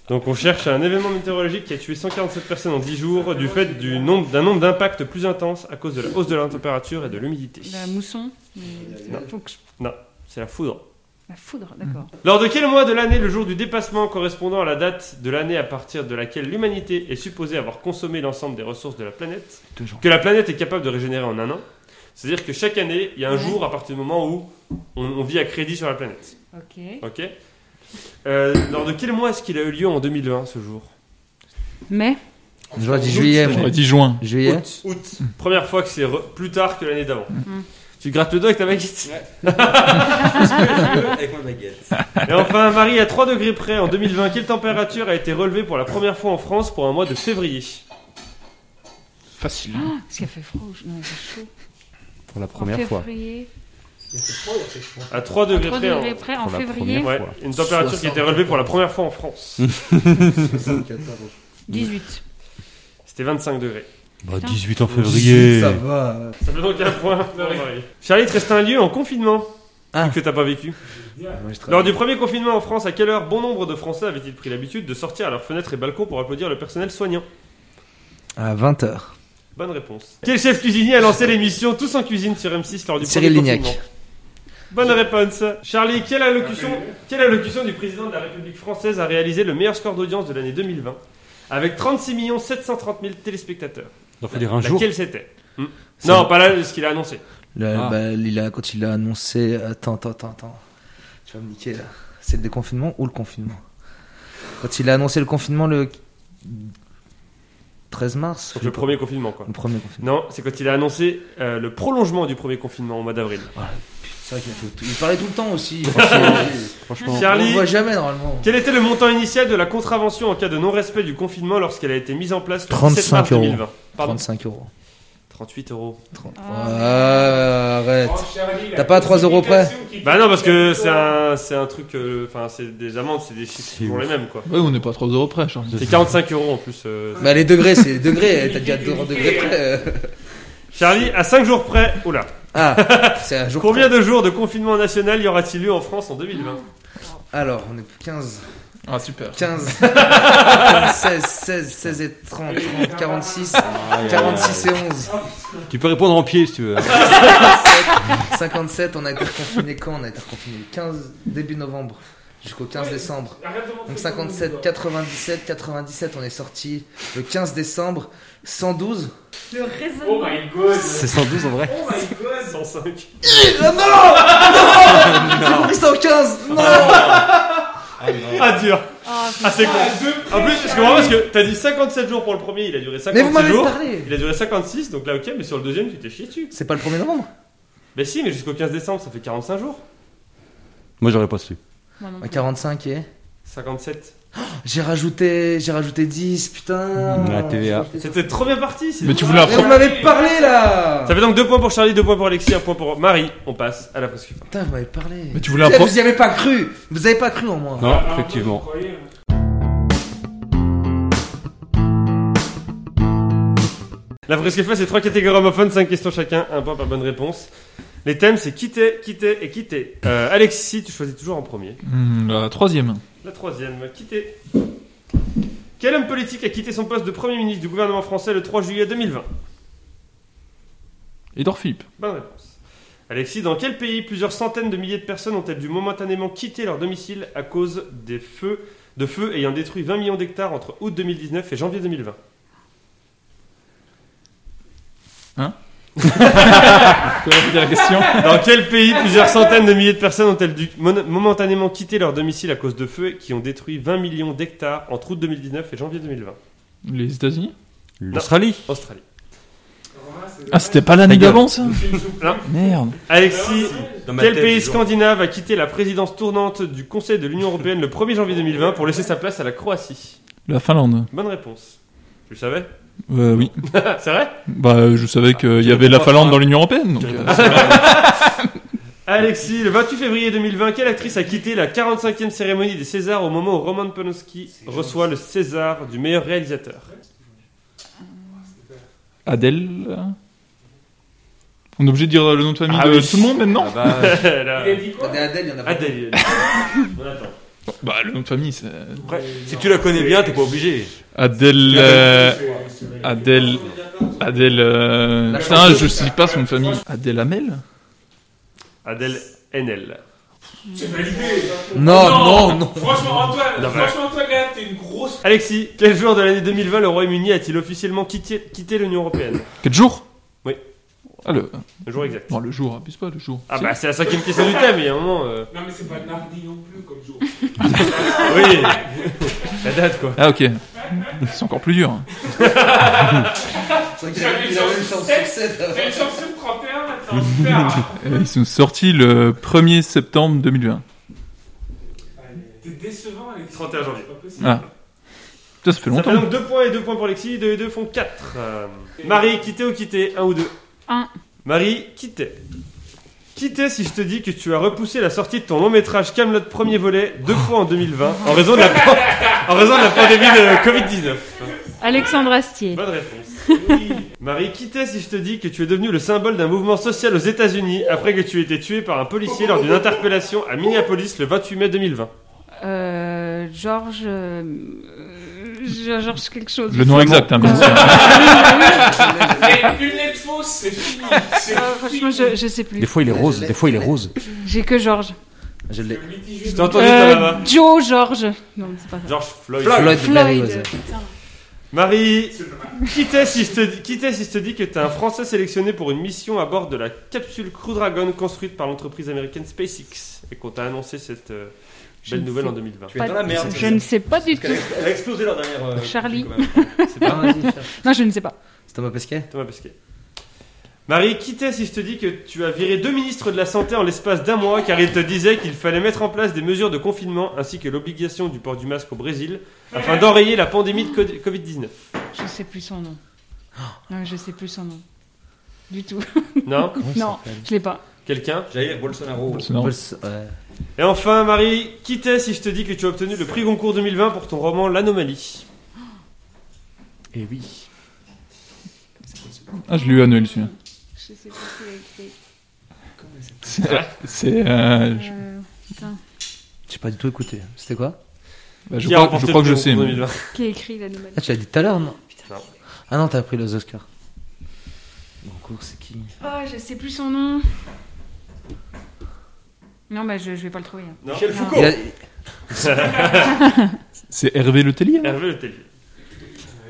Speaker 1: Donc on cherche un événement météorologique qui a tué 147 personnes en 10 jours du fait du nombre- d'un nombre d'impacts plus intense à cause de la hausse de la température et de l'humidité.
Speaker 4: *laughs* La mousson. mais- Faut que je-
Speaker 1: C'est la foudre.
Speaker 4: La foudre, d'accord.
Speaker 1: Lors de quel mois de l'année le jour du dépassement correspondant à la date de l'année à partir de laquelle l'humanité est supposée avoir consommé l'ensemble des ressources de la planète
Speaker 3: Toujours.
Speaker 1: Que la planète est capable de régénérer en un an C'est-à-dire que chaque année, il y a un jour à partir du moment où on, on vit à crédit sur la planète.
Speaker 4: Ok.
Speaker 1: Ok Euh, Lors de quel mois est-ce qu'il a eu lieu en 2020 ce jour
Speaker 4: Mais ah,
Speaker 2: J'aurais dit juillet, moi.
Speaker 3: J'aurais dit juin.
Speaker 2: Juillet
Speaker 1: Août. Première fois que c'est re- plus tard que l'année d'avant.
Speaker 4: Mm.
Speaker 1: Tu grattes le dos avec ta baguette.
Speaker 5: Avec ma baguette.
Speaker 1: Et enfin, Marie, à 3 degrés près, en 2020, quelle température a été relevée pour la première fois en France pour un mois de février
Speaker 3: Facile.
Speaker 4: ce qui a fait froid, je- non, il fait chaud.
Speaker 7: Pour la
Speaker 4: en
Speaker 7: première fois.
Speaker 4: février,
Speaker 1: À 3 degrés
Speaker 4: 3
Speaker 1: près. en-
Speaker 4: degrés près en
Speaker 7: Pour la
Speaker 4: février,
Speaker 7: première
Speaker 1: Ouais,
Speaker 7: fois.
Speaker 1: une température qui a été relevée pour la première fois en France.
Speaker 4: 18.
Speaker 1: C'était 25 degrés.
Speaker 7: Bah,
Speaker 4: Putain.
Speaker 7: 18 en
Speaker 2: Ça
Speaker 7: février.
Speaker 2: va.
Speaker 1: Ça fait donc un point. pour Marie. Charlie, te reste un lieu en confinement
Speaker 2: Ah.
Speaker 1: que t'as pas vécu. Lors du premier confinement en France, à quelle heure bon nombre de Français avaient-ils pris l'habitude de sortir à leurs fenêtres et balcons pour applaudir le personnel soignant
Speaker 2: À 20h.
Speaker 1: Bonne réponse. Quel chef cuisinier a lancé l'émission Tous en cuisine sur M6 lors du
Speaker 2: Cyril
Speaker 1: premier
Speaker 2: Lignac.
Speaker 1: confinement Bonne réponse. Charlie, quelle allocution, quelle allocution du président de la République française a réalisé le meilleur score d'audience de l'année 2020 avec 36 730 000 téléspectateurs
Speaker 5: Il faut dire un jour.
Speaker 1: Laquelle c'était Hmm. Non, pas là, ce qu'il a annoncé.
Speaker 2: Le-
Speaker 5: Ah.
Speaker 2: bah, il a, quand il a annoncé. Attends, attends, attends, attends. Tu vas me niquer là. C'est le déconfinement ou le confinement Quand il a annoncé le confinement le 13 mars
Speaker 1: Donc le premier confinement, quoi.
Speaker 2: Le premier confinement.
Speaker 1: Non, c'est quand il a annoncé euh, le prolongement du premier confinement au mois d'avril.
Speaker 2: C'est vrai qu'il a fait tout- Il parlait tout le temps
Speaker 1: *laughs*
Speaker 2: aussi.
Speaker 7: Franchement,
Speaker 2: on le
Speaker 1: Charlie,
Speaker 2: voit jamais normalement.
Speaker 1: quel était le montant initial de la contravention en cas de non-respect du confinement lorsqu'elle a été mise en place le 17
Speaker 2: 35
Speaker 1: mars
Speaker 2: euros.
Speaker 1: 2020 Pardon,
Speaker 2: 35 euros.
Speaker 1: 38 euros.
Speaker 2: 30.
Speaker 4: Ah.
Speaker 2: Ouais, arrête.
Speaker 6: T'as
Speaker 2: T'as pas à 3 euros près
Speaker 1: Bah non, parce que c'est un, c'est un truc. euh, Enfin, c'est des amendes, c'est des chiffres qui sont les mêmes, quoi.
Speaker 3: Ouais, on n'est pas à 3 euros près, Charles.
Speaker 1: C'est 45 euros en plus. euh.
Speaker 2: Bah, les degrés, c'est les degrés. T'as dit à 2 degrés près. euh.
Speaker 1: *laughs* Charlie, à 5 jours près, oula.
Speaker 2: Ah, c'est un jour.
Speaker 1: Combien de jours de confinement national y aura-t-il eu en France en 2020
Speaker 2: Alors, on est 15.
Speaker 3: Ah, super.
Speaker 2: 15, 16, 16, 16 et 30, 30 46,
Speaker 5: Ah,
Speaker 2: 46 et 11,
Speaker 5: Tu peux répondre en pied si
Speaker 7: *laughs*
Speaker 5: tu veux.
Speaker 2: 57, on a été confiné quand On a été confiné le 15 début novembre jusqu'au 15 décembre. Donc 57, 97, 97, on est sorti le 15 décembre, 112.
Speaker 4: Le raisonnement.
Speaker 6: Oh my god
Speaker 5: C'est 112 en vrai.
Speaker 6: Oh my god
Speaker 1: 105.
Speaker 2: Ah non Non J'ai compris 115 Non
Speaker 1: Ah, dur
Speaker 4: Ah,
Speaker 1: Ah, c'est con En plus, parce que vraiment, parce que t'as dit 57 jours pour le premier, il a duré
Speaker 2: Mais vous
Speaker 1: 57
Speaker 2: m'avez
Speaker 1: jours.
Speaker 2: parlé
Speaker 1: Il a duré 56, donc là, ok, mais sur le deuxième, tu t'es chié dessus.
Speaker 2: C'est pas le 1er novembre
Speaker 1: Mais si, mais jusqu'au 15 décembre, ça fait 45 jours.
Speaker 5: Moi j'aurais pas su.
Speaker 4: moi non
Speaker 2: Ouais,
Speaker 4: plus.
Speaker 2: 45 et.
Speaker 1: 57.
Speaker 2: J'ai rajouté, j'ai rajouté 10, putain
Speaker 5: La TVA.
Speaker 1: C'était trop bien parti c'est-
Speaker 3: Mais tu voulais
Speaker 2: Mais vous
Speaker 3: apprendre.
Speaker 2: m'avez parlé là
Speaker 1: Ça fait donc 2 points pour Charlie, 2 points pour Alexis, 1 point pour Marie. On passe à la presque fin.
Speaker 2: Putain, vous m'avez parlé
Speaker 3: Mais tu voulais
Speaker 2: Eh,
Speaker 3: apprendre.
Speaker 2: Vous y avez pas cru Vous avez pas cru en moi
Speaker 5: Non, effectivement.
Speaker 1: La fresque face, c'est trois catégories homophones, 5 questions chacun, un point par bonne réponse. Les thèmes, c'est quitter, quitter et quitter. Euh, Alexis, tu choisis toujours en premier.
Speaker 3: Hmm, la troisième.
Speaker 1: La troisième, quitter. Quel homme politique a quitté son poste de Premier ministre du gouvernement français le 3 juillet 2020
Speaker 3: Edouard Philippe.
Speaker 1: Bonne réponse. Alexis, dans quel pays plusieurs centaines de milliers de personnes ont-elles dû momentanément quitter leur domicile à cause des feux, de feux ayant détruit 20 millions d'hectares entre août 2019 et janvier 2020
Speaker 3: Tu peux répéter la question
Speaker 1: Dans quel pays plusieurs centaines de milliers de personnes ont-elles dû mon- momentanément quitter leur domicile à cause de feux qui ont détruit 20 millions d'hectares entre août 2019 et janvier 2020
Speaker 3: Les États-Unis
Speaker 5: L'Australie
Speaker 1: Australie.
Speaker 3: Ah, c'était pas l'année
Speaker 5: Ta gueule.
Speaker 3: d'avant, ça
Speaker 1: Non.
Speaker 3: Merde.
Speaker 1: Alexis,
Speaker 5: Dans ma
Speaker 1: quel
Speaker 5: tête,
Speaker 1: pays
Speaker 5: toujours.
Speaker 1: scandinave a quitté la présidence tournante du Conseil de l'Union Européenne le 1er janvier 2020 pour laisser sa place à la Croatie
Speaker 3: La Finlande.
Speaker 1: Bonne réponse. Tu le savais Ah,
Speaker 3: Euh, oui.
Speaker 1: C'est vrai
Speaker 3: Bah, euh, je savais qu'il y avait la Finlande dans l'Union Européenne. Donc, euh,
Speaker 1: Alexis, le 28 février 2020, quelle actrice a quitté la 45e cérémonie des Césars au moment où Roman Polanski reçoit le César du meilleur réalisateur
Speaker 3: Adèle. euh, On est obligé de dire euh, le nom de famille
Speaker 1: Ah
Speaker 3: de
Speaker 1: oui.
Speaker 3: tout le monde maintenant
Speaker 7: Ah bah,
Speaker 1: *laughs* Là.
Speaker 6: Il a dit quoi
Speaker 2: Regardez Adèle, il y en a pas.
Speaker 1: Adèle. On attend.
Speaker 3: Bah, le nom de famille, c'est.
Speaker 5: Après, si tu la connais bien, t'es pas obligé.
Speaker 3: Adèle. euh, Adèle. Adèle. euh,
Speaker 2: La
Speaker 3: Putain, je sais pas son nom de famille. Adèle Hamel
Speaker 1: Adèle NL.
Speaker 6: C'est validé.
Speaker 2: Non, non, non.
Speaker 6: Franchement, Antoine,
Speaker 1: Non, mais-
Speaker 6: franchement, Antoine, quand même, t'es une grosse.
Speaker 1: Alexis, quel jour de l'année 2020 le Royaume-Uni a-t-il officiellement quitté, quitté l'Union Européenne
Speaker 3: Quel jour
Speaker 1: Oui.
Speaker 3: Ah, le...
Speaker 1: Le jour exact.
Speaker 3: Bon, le jour, abuse pas, le jour.
Speaker 1: Ah bah c'est la cinquième question du thème, il y a un moment... euh,
Speaker 6: Non, mais c'est pas Nardi non plus comme
Speaker 1: *laughs*
Speaker 6: jour.
Speaker 3: *laughs*
Speaker 1: Oui La date quoi.
Speaker 3: Ah, ok. C'est encore
Speaker 1: *laughs*
Speaker 3: plus dur.
Speaker 2: C'est vrai qu'il a- il a eu une chance sur sept.
Speaker 6: T'as une chance sur 31 maintenant.
Speaker 1: *laughs*
Speaker 6: super.
Speaker 3: Euh, Ils sont sortis le 1er septembre 2020.
Speaker 6: T'es décevant, Alexis.
Speaker 1: 31 janvier.
Speaker 6: C'est pas possible.
Speaker 3: Ah. Ça, ça fait
Speaker 1: Ça fait
Speaker 3: longtemps.
Speaker 1: donc 2 points et 2 points pour Alexis, 2 et 2 font 4. Marie, quitter ou quitter 1 ou 2
Speaker 4: Un.
Speaker 1: Marie, quitter. Quitter si je te dis que tu as repoussé la sortie de ton long métrage Camelot premier volet deux fois en 2020 en raison de la, pan- en raison de la pandémie de Covid-19.
Speaker 4: Alexandre Astier.
Speaker 1: Bonne réponse. *laughs* Marie, quitter si je te dis que tu es devenu le symbole d'un mouvement social aux États-Unis après que tu aies été tué par un policier lors d'une interpellation à Minneapolis le 28 mai 2020.
Speaker 4: Euh, Georges. euh, euh, Georges quelque chose.
Speaker 3: Le nom exact, hein, bien sûr.
Speaker 1: *laughs*
Speaker 6: Mais une lettre fausse, c'est fini. C'est
Speaker 4: Euh, franchement, je, je sais
Speaker 7: des
Speaker 4: plus.
Speaker 7: fois il est rose, des fois il est rose.
Speaker 4: J'ai que Georges.
Speaker 2: Je l'ai.
Speaker 1: Je
Speaker 6: fini.
Speaker 1: t'ai entendu
Speaker 4: Euh,
Speaker 1: toi, là-bas.
Speaker 4: Joe Georges. Non, c'est pas ça.
Speaker 1: George Floyd.
Speaker 2: Floyd, Mary
Speaker 4: Floyd.
Speaker 2: Rose.
Speaker 1: Marie, quitter si je te dis, quitter si je te dis que t'es un Français sélectionné pour une mission à bord de la capsule Crew Dragon construite par l'entreprise américaine SpaceX et qu'on t'a annoncé cette euh,
Speaker 4: Je
Speaker 1: belle
Speaker 4: ne
Speaker 1: nouvelle
Speaker 4: sais
Speaker 1: en 2020.
Speaker 5: Tu es dans la merde.
Speaker 4: Je ne sais pas du tout.
Speaker 5: Elle a explosé leur dernière. euh,
Speaker 4: Charlie.
Speaker 5: quand même.
Speaker 1: C'est pas
Speaker 2: Ah, vas-y, cherche.
Speaker 4: Non, je ne sais pas.
Speaker 2: C'est Thomas Pesquet
Speaker 1: Thomas Pesquet. Marie, quitter si je te dis que tu as viré deux ministres de la Santé en l'espace d'un mois car ils te disaient qu'il fallait mettre en place des mesures de confinement ainsi que l'obligation du port du masque au Brésil afin d'enrayer la pandémie de co- Covid-19.
Speaker 4: Je ne sais plus son nom. Non, je ne sais plus son nom. Du tout.
Speaker 1: Non
Speaker 4: Non, je l'ai pas.
Speaker 1: Quelqu'un
Speaker 5: Jair Bolsonaro.
Speaker 3: C'est normal.
Speaker 2: Bols- ouais.
Speaker 1: Et enfin, Marie, qui t'es si je te dis que tu as obtenu le prix Goncourt 2020 pour ton roman L'Anomalie
Speaker 7: Et oui.
Speaker 3: Ah, je l'ai eu à Noël, celui-là.
Speaker 4: Je sais pas qui l'a écrit.
Speaker 3: C'est- C'est. euh, je-
Speaker 4: Euh,
Speaker 2: J'ai pas du tout écouté. C'était quoi
Speaker 3: bah, je
Speaker 1: Qui a
Speaker 3: crois,
Speaker 1: remporté
Speaker 3: je crois
Speaker 1: le
Speaker 3: que je
Speaker 1: prix
Speaker 3: sais.
Speaker 1: Goncourt
Speaker 3: mais-
Speaker 1: 2020.
Speaker 4: Qui a écrit l'anomalie
Speaker 2: Ah, tu l'as dit tout à l'heure, non
Speaker 1: Non.
Speaker 2: Ah non, t'as appris les Oscars. Goncourt, c'est qui
Speaker 4: Oh, je sais plus son nom. Non, bah, je, je vais pas le trouver. hein.
Speaker 1: Non.
Speaker 5: Michel
Speaker 4: Non.
Speaker 5: Foucault.
Speaker 2: Il a-
Speaker 3: C'est Hervé Le Tellier. hein
Speaker 1: Hervé Le Tellier.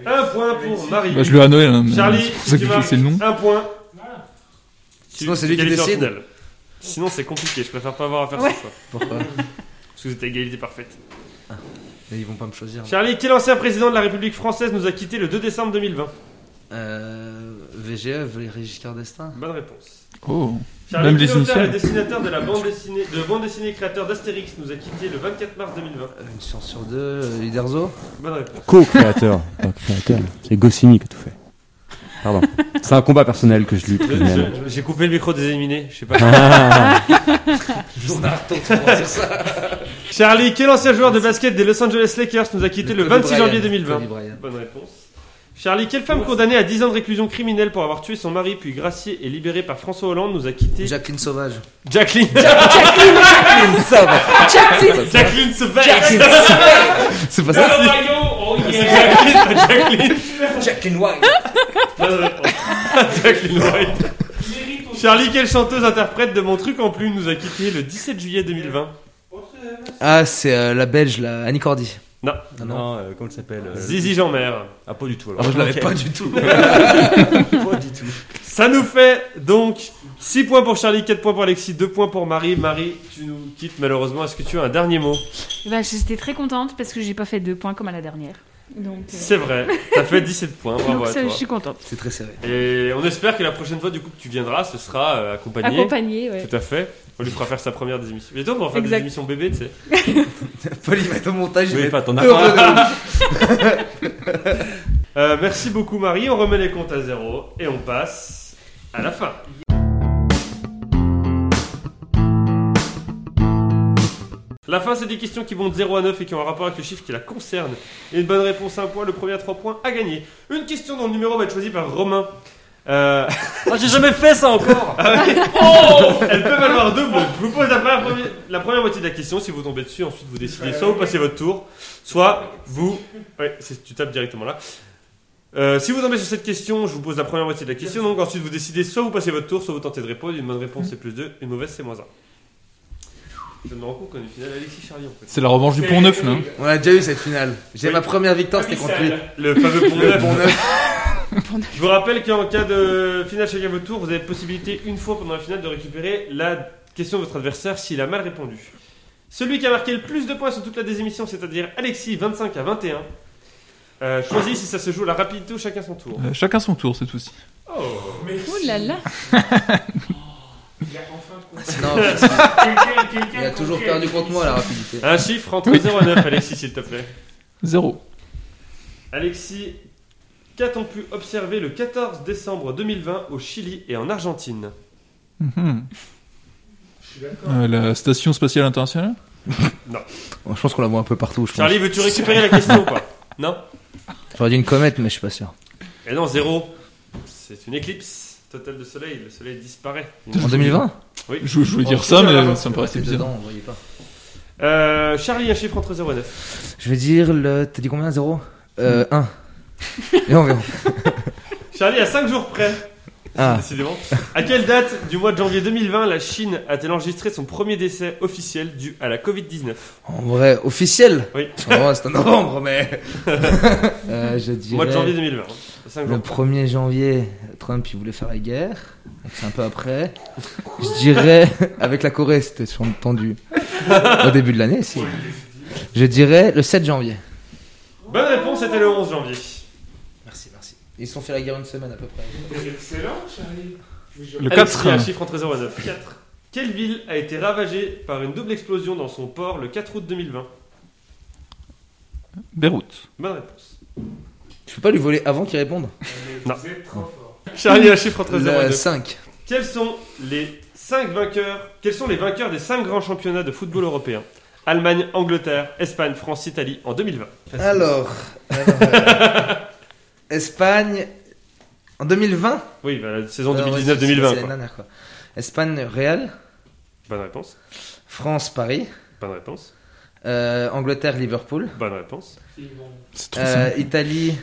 Speaker 1: Un point pour Marie.
Speaker 3: Bah, je l'ai eu à Noël. hein, mais
Speaker 1: Charlie,
Speaker 3: C'est pour ça que
Speaker 1: tu
Speaker 3: je
Speaker 1: marques
Speaker 3: sais le nom.
Speaker 1: Un point. Tu-
Speaker 2: Sinon, c'est
Speaker 1: tu
Speaker 2: lui qui
Speaker 1: qualifies en
Speaker 2: décide.
Speaker 1: finale. Sinon, c'est compliqué. Je préfère pas avoir à faire
Speaker 4: Ouais.
Speaker 1: ce choix.
Speaker 2: Pourquoi
Speaker 1: Parce que vous êtes à égalité parfaite.
Speaker 2: Mais Ils vont pas me choisir.
Speaker 1: Charlie, quel ancien président de la République française nous a quitté le 2 décembre 2020
Speaker 2: Euh, VGE, Valéry Giscard d'Estaing
Speaker 1: Bonne réponse.
Speaker 3: Oh.
Speaker 1: Charlie,
Speaker 3: Même
Speaker 1: quel
Speaker 3: les
Speaker 1: auteur et
Speaker 3: initiales.
Speaker 1: dessinateur de la bande dessinée, de bande dessinée créateur d'Astérix nous a quitté le 24 mars 2020
Speaker 2: Euh, Une science sur deux, euh, Uderzo
Speaker 1: Bonne réponse.
Speaker 7: Co-créateur. Pas créateur. C'est Goscinny qui a tout fait. Pardon. C'est un combat personnel que je lutte.
Speaker 1: Je-
Speaker 5: *laughs*
Speaker 7: mène.
Speaker 1: je- J'ai coupé le micro des éliminés, je sais pas.
Speaker 7: Ah,
Speaker 2: *laughs*
Speaker 1: Charlie, quel ancien joueur de basket des Los Angeles Lakers nous a quitté le,
Speaker 2: Kobe
Speaker 1: 26
Speaker 2: Bryant,
Speaker 1: janvier 2020
Speaker 2: Kobe Bryant.
Speaker 1: Bonne réponse. Charlie, quelle femme condamnée à 10 ans de réclusion criminelle pour avoir tué son mari puis graciée et libérée par François Hollande nous a quitté
Speaker 2: Jacqueline Sauvage.
Speaker 1: Jacqueline
Speaker 2: Jacqueline Sauvage
Speaker 1: *laughs* Jacqueline Sauvage *laughs*
Speaker 2: Jacqueline Sauvage C'est pas
Speaker 6: Le
Speaker 2: ça
Speaker 6: maillot, oh
Speaker 1: C'est
Speaker 6: yeah.
Speaker 1: Jacqueline, pas Jacqueline
Speaker 2: c'est Jacqueline White
Speaker 1: Bonne réponse. *laughs* Jacqueline White.
Speaker 6: Mérite au-
Speaker 1: Charlie, quelle chanteuse interprète de Mon Truc en Plume nous a quitté le 17 juillet 2020
Speaker 2: Ah, c'est euh, la belge, là, Annie Cordy.
Speaker 1: Non.
Speaker 2: Ah, non.
Speaker 5: Non, euh, comment elle s'appelle euh,
Speaker 1: Zizi Jeanmaire.
Speaker 5: Ah, pas du tout.
Speaker 2: Ah,
Speaker 5: Alors.
Speaker 2: moi, je l'avais
Speaker 5: Ok.
Speaker 2: pas du tout.
Speaker 5: Pas du tout.
Speaker 1: Ça nous fait donc 6 points pour Charlie, 4 points pour Alexis, 2 points pour Marie. Marie, tu nous quittes malheureusement. Est-ce que tu as un dernier mot
Speaker 4: Eh ben, J'étais très contente parce que j'ai pas fait deux points comme à la dernière. Donc, euh,
Speaker 1: C'est vrai, t'as fait 17 points, bravo
Speaker 4: donc,
Speaker 1: à
Speaker 4: ça,
Speaker 1: toi.
Speaker 4: je suis contente.
Speaker 2: C'est très serré. *laughs*
Speaker 1: Et on espère que la prochaine fois du coup que tu viendras, ce sera euh, accompagné.
Speaker 4: Accompagnée, ouais.
Speaker 1: Tout à fait. On lui fera faire sa première des émissions. Bientôt, on va faire
Speaker 4: Exact.
Speaker 1: des émissions bébé, tu sais.
Speaker 2: Paul, il va être au montage, il
Speaker 5: Oui,
Speaker 2: va *laughs*
Speaker 5: pas
Speaker 2: être
Speaker 5: ton
Speaker 2: heureux
Speaker 5: appart.
Speaker 2: de-
Speaker 1: Euh, merci beaucoup Marie, on remet les comptes à zéro et on passe à la fin. La fin, c'est des questions qui vont de 0 à 9 et qui ont un rapport avec le chiffre qui la concerne. Et une bonne réponse, un point, le premier à 3 points à gagner. Une question dont le numéro va être choisi par Romain. Euh,
Speaker 5: Ah, j'ai jamais fait ça encore.
Speaker 1: oh Elle peut valoir double. Je vous pose la première, première- la première moitié de la question. Si vous tombez dessus, ensuite vous décidez. Soit vous passez votre tour, soit vous. Ouais, c'est- tu tapes directement là. Euh, si vous tombez sur cette question, je vous pose la première moitié de la question. Donc ensuite vous décidez. Soit vous passez votre tour, soit vous tentez de répondre. Une bonne réponse c'est plus 2, une mauvaise c'est moins 1. Je me rends compte qu'on est final Alexis Charlie en fait.
Speaker 3: C'est la revanche du Pont Neuf, là.
Speaker 2: On a déjà eu cette finale. J'ai
Speaker 1: Oui.
Speaker 2: ma première victoire, c'était contre lui.
Speaker 1: Le fameux pont neuf.
Speaker 2: Bon, neuf.
Speaker 1: Je vous rappelle qu'en cas de finale chacun votre tour, vous avez possibilité une fois pendant la finale de récupérer la question de votre adversaire s'il a mal répondu. Celui qui a marqué le plus de points sur toute la désémission, c'est-à-dire Alexis 25 à 21, euh, choisit si ça se joue à la rapidité ou chacun son tour.
Speaker 3: Euh, chacun son tour cette fois-ci.
Speaker 4: Ouh là là.
Speaker 6: Oh, Il a enfin compris.
Speaker 2: Non,
Speaker 6: Quelqu'un- quelqu'un
Speaker 2: il a toujours
Speaker 6: compris
Speaker 2: perdu
Speaker 6: la
Speaker 2: contre moi la rapidité.
Speaker 1: Un chiffre entre
Speaker 3: Oui.
Speaker 1: 0 et 9, Alexis, s'il te plaît.
Speaker 3: Zéro.
Speaker 1: Alexis, qu'a-t-on pu observer le 14 décembre 2020 au Chili et en Argentine
Speaker 3: Mhm.
Speaker 6: Je suis d'accord.
Speaker 3: Euh, la station spatiale internationale
Speaker 2: Bon, je pense qu'on la voit un peu partout. Je pense.
Speaker 1: Charlie, veux-tu récupérer la question ou pas Non
Speaker 2: J'aurais dit une comète, mais je suis pas sûr.
Speaker 1: Et non, zéro. C'est une éclipse totale de soleil. Le soleil disparaît.
Speaker 2: En 2020
Speaker 3: je, je voulais
Speaker 1: Oh,
Speaker 3: dire ça, mais ça me paraissait bizarre.
Speaker 2: Dedans, on voyait pas.
Speaker 1: Euh, Charlie, un chiffre entre 0 et 9.
Speaker 2: Je vais dire le. T'as dit combien 0 Euh, 1. Et on verra.
Speaker 1: Charlie, à 5 jours près,
Speaker 2: Ah.
Speaker 1: décidément. À quelle date du mois de janvier 2020 la Chine a-t-elle enregistré son premier décès officiel dû à la Covid-19
Speaker 2: En vrai, officiel
Speaker 1: Oui.
Speaker 2: Parce qu'en vrai, C'est en novembre, mais. *laughs* Euh, je dirais.
Speaker 1: Mois de janvier 2020. 5
Speaker 2: Le
Speaker 1: hein. jours.
Speaker 2: 1er janvier, Trump il voulait faire la guerre. Donc, C'est un peu après. Je dirais. Avec la Corée, c'était sur tendu. Au début de l'année, si. Je dirais le 7 janvier.
Speaker 1: Bonne réponse, c'était le 11 janvier.
Speaker 2: Merci, merci. Ils se sont fait la guerre une semaine à peu près.
Speaker 6: C'est excellent, Charlie. Je vous jure.
Speaker 3: Le
Speaker 1: Alexis,
Speaker 3: 4.
Speaker 1: un chiffre entre 0 et 9. 4. Quelle ville a été ravagée par une double explosion dans son port le 4 août 2020
Speaker 3: Beyrouth.
Speaker 1: Bonne réponse.
Speaker 2: Je peux pas lui voler avant qu'il réponde
Speaker 6: Mais
Speaker 1: Non.
Speaker 6: Vous êtes trop fort.
Speaker 1: Charlie, un chiffre entre 0 et
Speaker 2: Le
Speaker 1: 9.
Speaker 2: 5.
Speaker 1: Quels sont les cinq vainqueurs Quels sont les vainqueurs des 5 grands championnats de football européens Allemagne, Angleterre, Espagne, France, Italie en 2020.
Speaker 2: Alors. alors, euh, Espagne. En 2020
Speaker 1: Oui, bah, la saison
Speaker 2: Alors, Ah ouais, c'est- c'est
Speaker 1: 2019-2020.
Speaker 2: l'année
Speaker 1: quoi.
Speaker 2: dernière, quoi. Espagne, Real.
Speaker 1: Bonne réponse.
Speaker 2: France, Paris.
Speaker 1: Bonne réponse.
Speaker 2: Euh, Angleterre, Liverpool.
Speaker 1: Bonne réponse.
Speaker 6: Ils vont-
Speaker 3: C'est trop
Speaker 2: Euh,
Speaker 3: simple.
Speaker 2: Italie,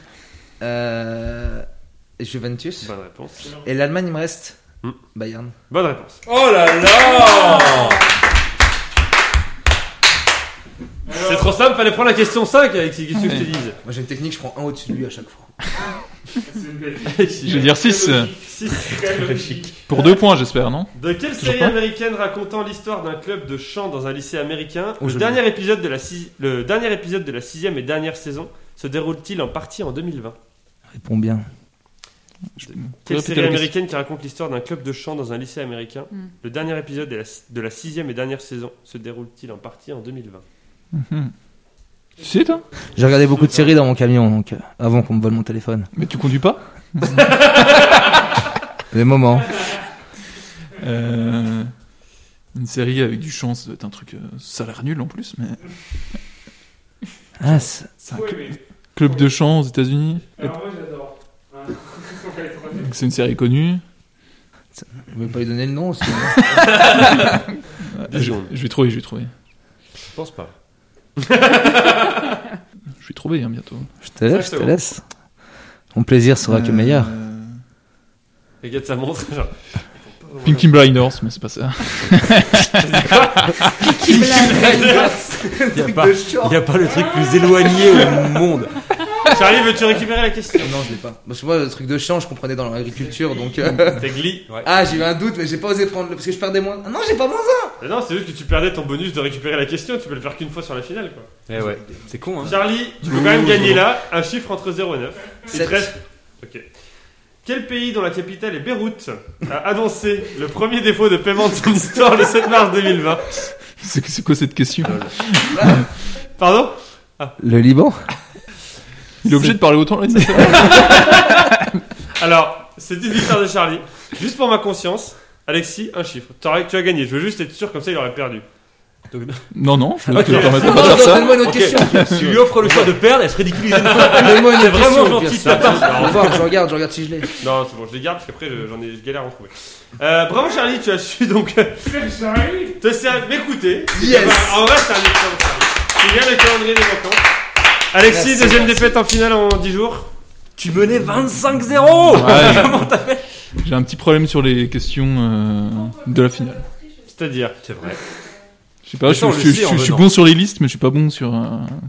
Speaker 2: euh, Juventus.
Speaker 1: Bonne réponse.
Speaker 2: Et l'Allemagne, il me reste
Speaker 1: Hmm.
Speaker 2: Bayern.
Speaker 1: Bonne réponse.
Speaker 5: Oh là là.
Speaker 1: C'est trop simple, fallait prendre la question 5 Alexis. Qu'est-ce que je te dise
Speaker 2: Moi, j'ai une technique, je prends un au-dessus de lui à chaque fois.
Speaker 6: C'est une belle vie.
Speaker 3: Je vais dire 6.
Speaker 1: Six.
Speaker 6: Très logique.
Speaker 3: Pour deux points, j'espère, non
Speaker 1: De quelle
Speaker 3: Toujours
Speaker 1: série
Speaker 3: pas
Speaker 1: américaine racontant l'histoire d'un club de chant dans un lycée américain
Speaker 2: Oh,
Speaker 1: le,
Speaker 2: je
Speaker 1: dernier épisode de la six- le dernier épisode de la sixième et dernière saison se déroule-t-il en partie en 2020
Speaker 2: Réponds bien.
Speaker 3: Faut
Speaker 1: Quelle série
Speaker 3: répéter la question.
Speaker 1: américaine qui raconte l'histoire d'un club de chant dans un lycée américain
Speaker 4: Mm.
Speaker 1: Le dernier épisode de la, de la sixième et dernière saison se déroule-t-il en partie en 2020
Speaker 3: Mhm. Tu sais, toi
Speaker 2: J'ai regardé beaucoup de séries dans mon camion, donc euh, avant qu'on me vole mon téléphone.
Speaker 3: Mais tu conduis pas
Speaker 2: Les moments.
Speaker 3: Euh, Une série avec du chant, ça doit être un truc. euh, Ça a l'air nul en plus, mais.
Speaker 2: Ah, c'est-
Speaker 3: C'est un
Speaker 6: Oui,
Speaker 3: cl-
Speaker 6: mais-
Speaker 3: club de chant aux États-Unis.
Speaker 6: Alors moi j'adore. Hein. On va être honnête.
Speaker 3: Donc, C'est une série connue.
Speaker 2: je vais pas lui donner le nom. aussi. hein.
Speaker 3: Ah,
Speaker 1: Dix
Speaker 3: Je,
Speaker 1: secondes.
Speaker 3: je vais trouver, je vais trouver.
Speaker 1: Je pense pas.
Speaker 3: Je vais trouver hein, bientôt.
Speaker 2: je te laisse, je te
Speaker 1: Exactement.
Speaker 2: laisse. Mon plaisir sera que *laughs*
Speaker 3: Euh,
Speaker 2: meilleur.
Speaker 1: Regarde sa montre. *laughs* Genre.
Speaker 3: Pinky Blinders, mais c'est pas ça.
Speaker 4: Qui blague
Speaker 5: Il n'y a, pas- y a pas le truc plus éloigné au monde.
Speaker 1: Charlie, veux-tu récupérer la question
Speaker 2: Non, je l'ai pas. Parce que moi, le truc de chant, je comprenais dans l'agriculture, donc.
Speaker 1: *laughs*
Speaker 2: euh,
Speaker 1: T'es glee.
Speaker 2: Ah, j'ai eu un doute, mais j'ai pas osé prendre le. Parce que je perdais moins. Ah non, j'ai pas moins
Speaker 1: Mais Non, c'est juste que tu perdais ton bonus de récupérer la question. Tu peux le faire qu'une fois sur la finale. Quoi.
Speaker 5: Eh ouais, c'est con, hein.
Speaker 1: Charlie, tu peux quand même gagner là un chiffre entre 0 et 9. Il te
Speaker 2: Sept.
Speaker 1: reste- Ok. Quel pays dont la capitale est Beyrouth a annoncé le premier défaut de paiement de son histoire le 7 mars 2020
Speaker 3: C'est c'est quoi cette question
Speaker 1: Pardon
Speaker 2: Le Liban
Speaker 3: Il est obligé de parler autant là ça
Speaker 1: Alors, c'est une victoire de Charlie. Juste pour ma conscience, Alexis, un chiffre. T'aurais- tu as gagné. Je veux juste être sûr, comme ça, il aurait perdu.
Speaker 3: Non, non, je ne te
Speaker 5: Ok.
Speaker 3: permettrai pas de
Speaker 2: Non,
Speaker 3: faire ça.
Speaker 2: Donne-moi une autre
Speaker 5: Ok.
Speaker 2: question.
Speaker 5: Tu lui offres le choix de perdre, elle se ridiculise une fois.
Speaker 2: Donne-moi une
Speaker 5: C'est
Speaker 2: autre
Speaker 5: vraiment
Speaker 2: question. au
Speaker 5: gentil
Speaker 2: pire,
Speaker 5: de ta
Speaker 2: ça.
Speaker 5: part.
Speaker 2: Au revoir, je regarde, je regarde si je l'ai.
Speaker 1: Non, c'est bon, je les garde parce qu'après je- j'en ai je galère à en trouver. Euh, bravo Charlie, tu as su donc euh,
Speaker 6: Charlie
Speaker 1: te servir m'écouter.
Speaker 2: Yes.
Speaker 1: Bah, En vrai, c'est un excellent service. Tu viens le calendrier des vacances. Alexis,
Speaker 2: Merci,
Speaker 1: deuxième défaite en finale en 10 jours.
Speaker 5: Tu menais 25-0
Speaker 3: Ouais, J'ai un petit problème sur les questions euh, de la finale.
Speaker 1: C'est-à-dire, c'est vrai.
Speaker 3: Je sais pas,
Speaker 5: Mais
Speaker 3: je,
Speaker 5: ça, on
Speaker 3: je-
Speaker 5: le
Speaker 3: je-
Speaker 5: sait
Speaker 3: je-
Speaker 5: en
Speaker 3: je suis
Speaker 5: venant.
Speaker 3: bon sur les listes, mais je suis pas bon sur, euh,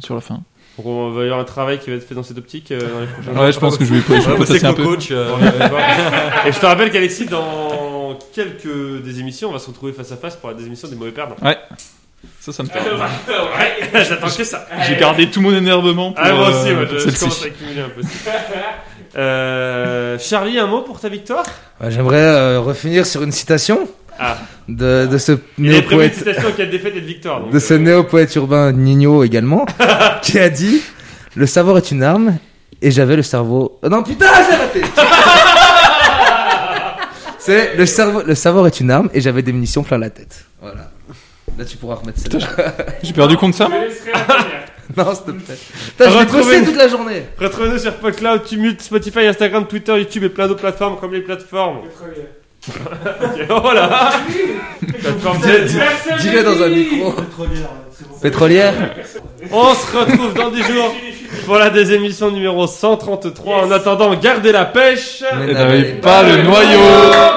Speaker 3: sur la fin.
Speaker 1: Donc on va y avoir un travail qui va être fait dans cette optique euh, dans les prochains
Speaker 3: Ouais, je pense que je vais, pas- je vais
Speaker 5: Ouais,
Speaker 3: potasser
Speaker 5: C'est
Speaker 3: un
Speaker 5: mon
Speaker 3: peu.
Speaker 5: coach. euh,
Speaker 1: On y arrive pas. Et je te rappelle qu'Alexis, dans quelques des émissions, on va se retrouver face à face pour la désémission des mauvais
Speaker 2: *laughs*
Speaker 1: perdants.
Speaker 3: Ça, ça me fait.
Speaker 1: Ouais, j'attends que ça.
Speaker 3: J'ai gardé tout mon énervement pour
Speaker 1: Ah, moi aussi,
Speaker 3: euh,
Speaker 1: moi,
Speaker 3: pour
Speaker 1: je, je commence
Speaker 3: celle-ci.
Speaker 1: à accumuler un peu. Euh, Charlie, un mot pour ta victoire
Speaker 2: Ouais, J'aimerais euh, refinir sur une citation
Speaker 1: Ah.
Speaker 2: de, de ce
Speaker 1: Il est prévu une
Speaker 2: néo-poète
Speaker 1: citation qui a défaite et de victoire. donc,
Speaker 2: de ce
Speaker 1: euh,
Speaker 2: néo-poète urbain Nino
Speaker 1: *laughs*
Speaker 2: également, qui a dit Le savoir est une arme, et j'avais le cerveau. Oh non, putain, j'ai
Speaker 1: *laughs*
Speaker 2: raté C'est le, cerveau... le savoir est une arme, et j'avais des munitions plein la tête. Voilà. Là, tu pourras remettre celle-là.
Speaker 3: J'ai perdu compte ça
Speaker 6: Je laisserai la dernière.
Speaker 2: *laughs* non, s'il te plaît. Putain, je vais
Speaker 1: Retrouvez-
Speaker 2: creuser toute la journée.
Speaker 1: Retrouvez-nous sur PodCloud, Tumult, Spotify, Instagram, Twitter, YouTube et plein d'autres plateformes comme les plateformes. Ok, *laughs* voilà Plateforme Z.
Speaker 6: Personne
Speaker 2: Dis-le dans un
Speaker 6: ne dit.
Speaker 2: micro. Pétrolière
Speaker 1: On se retrouve dans 10 jours pour la désémission numéro 133. En attendant, gardez la pêche
Speaker 2: Mais n'avez
Speaker 3: Et n'avez pas Eh ben, le noyau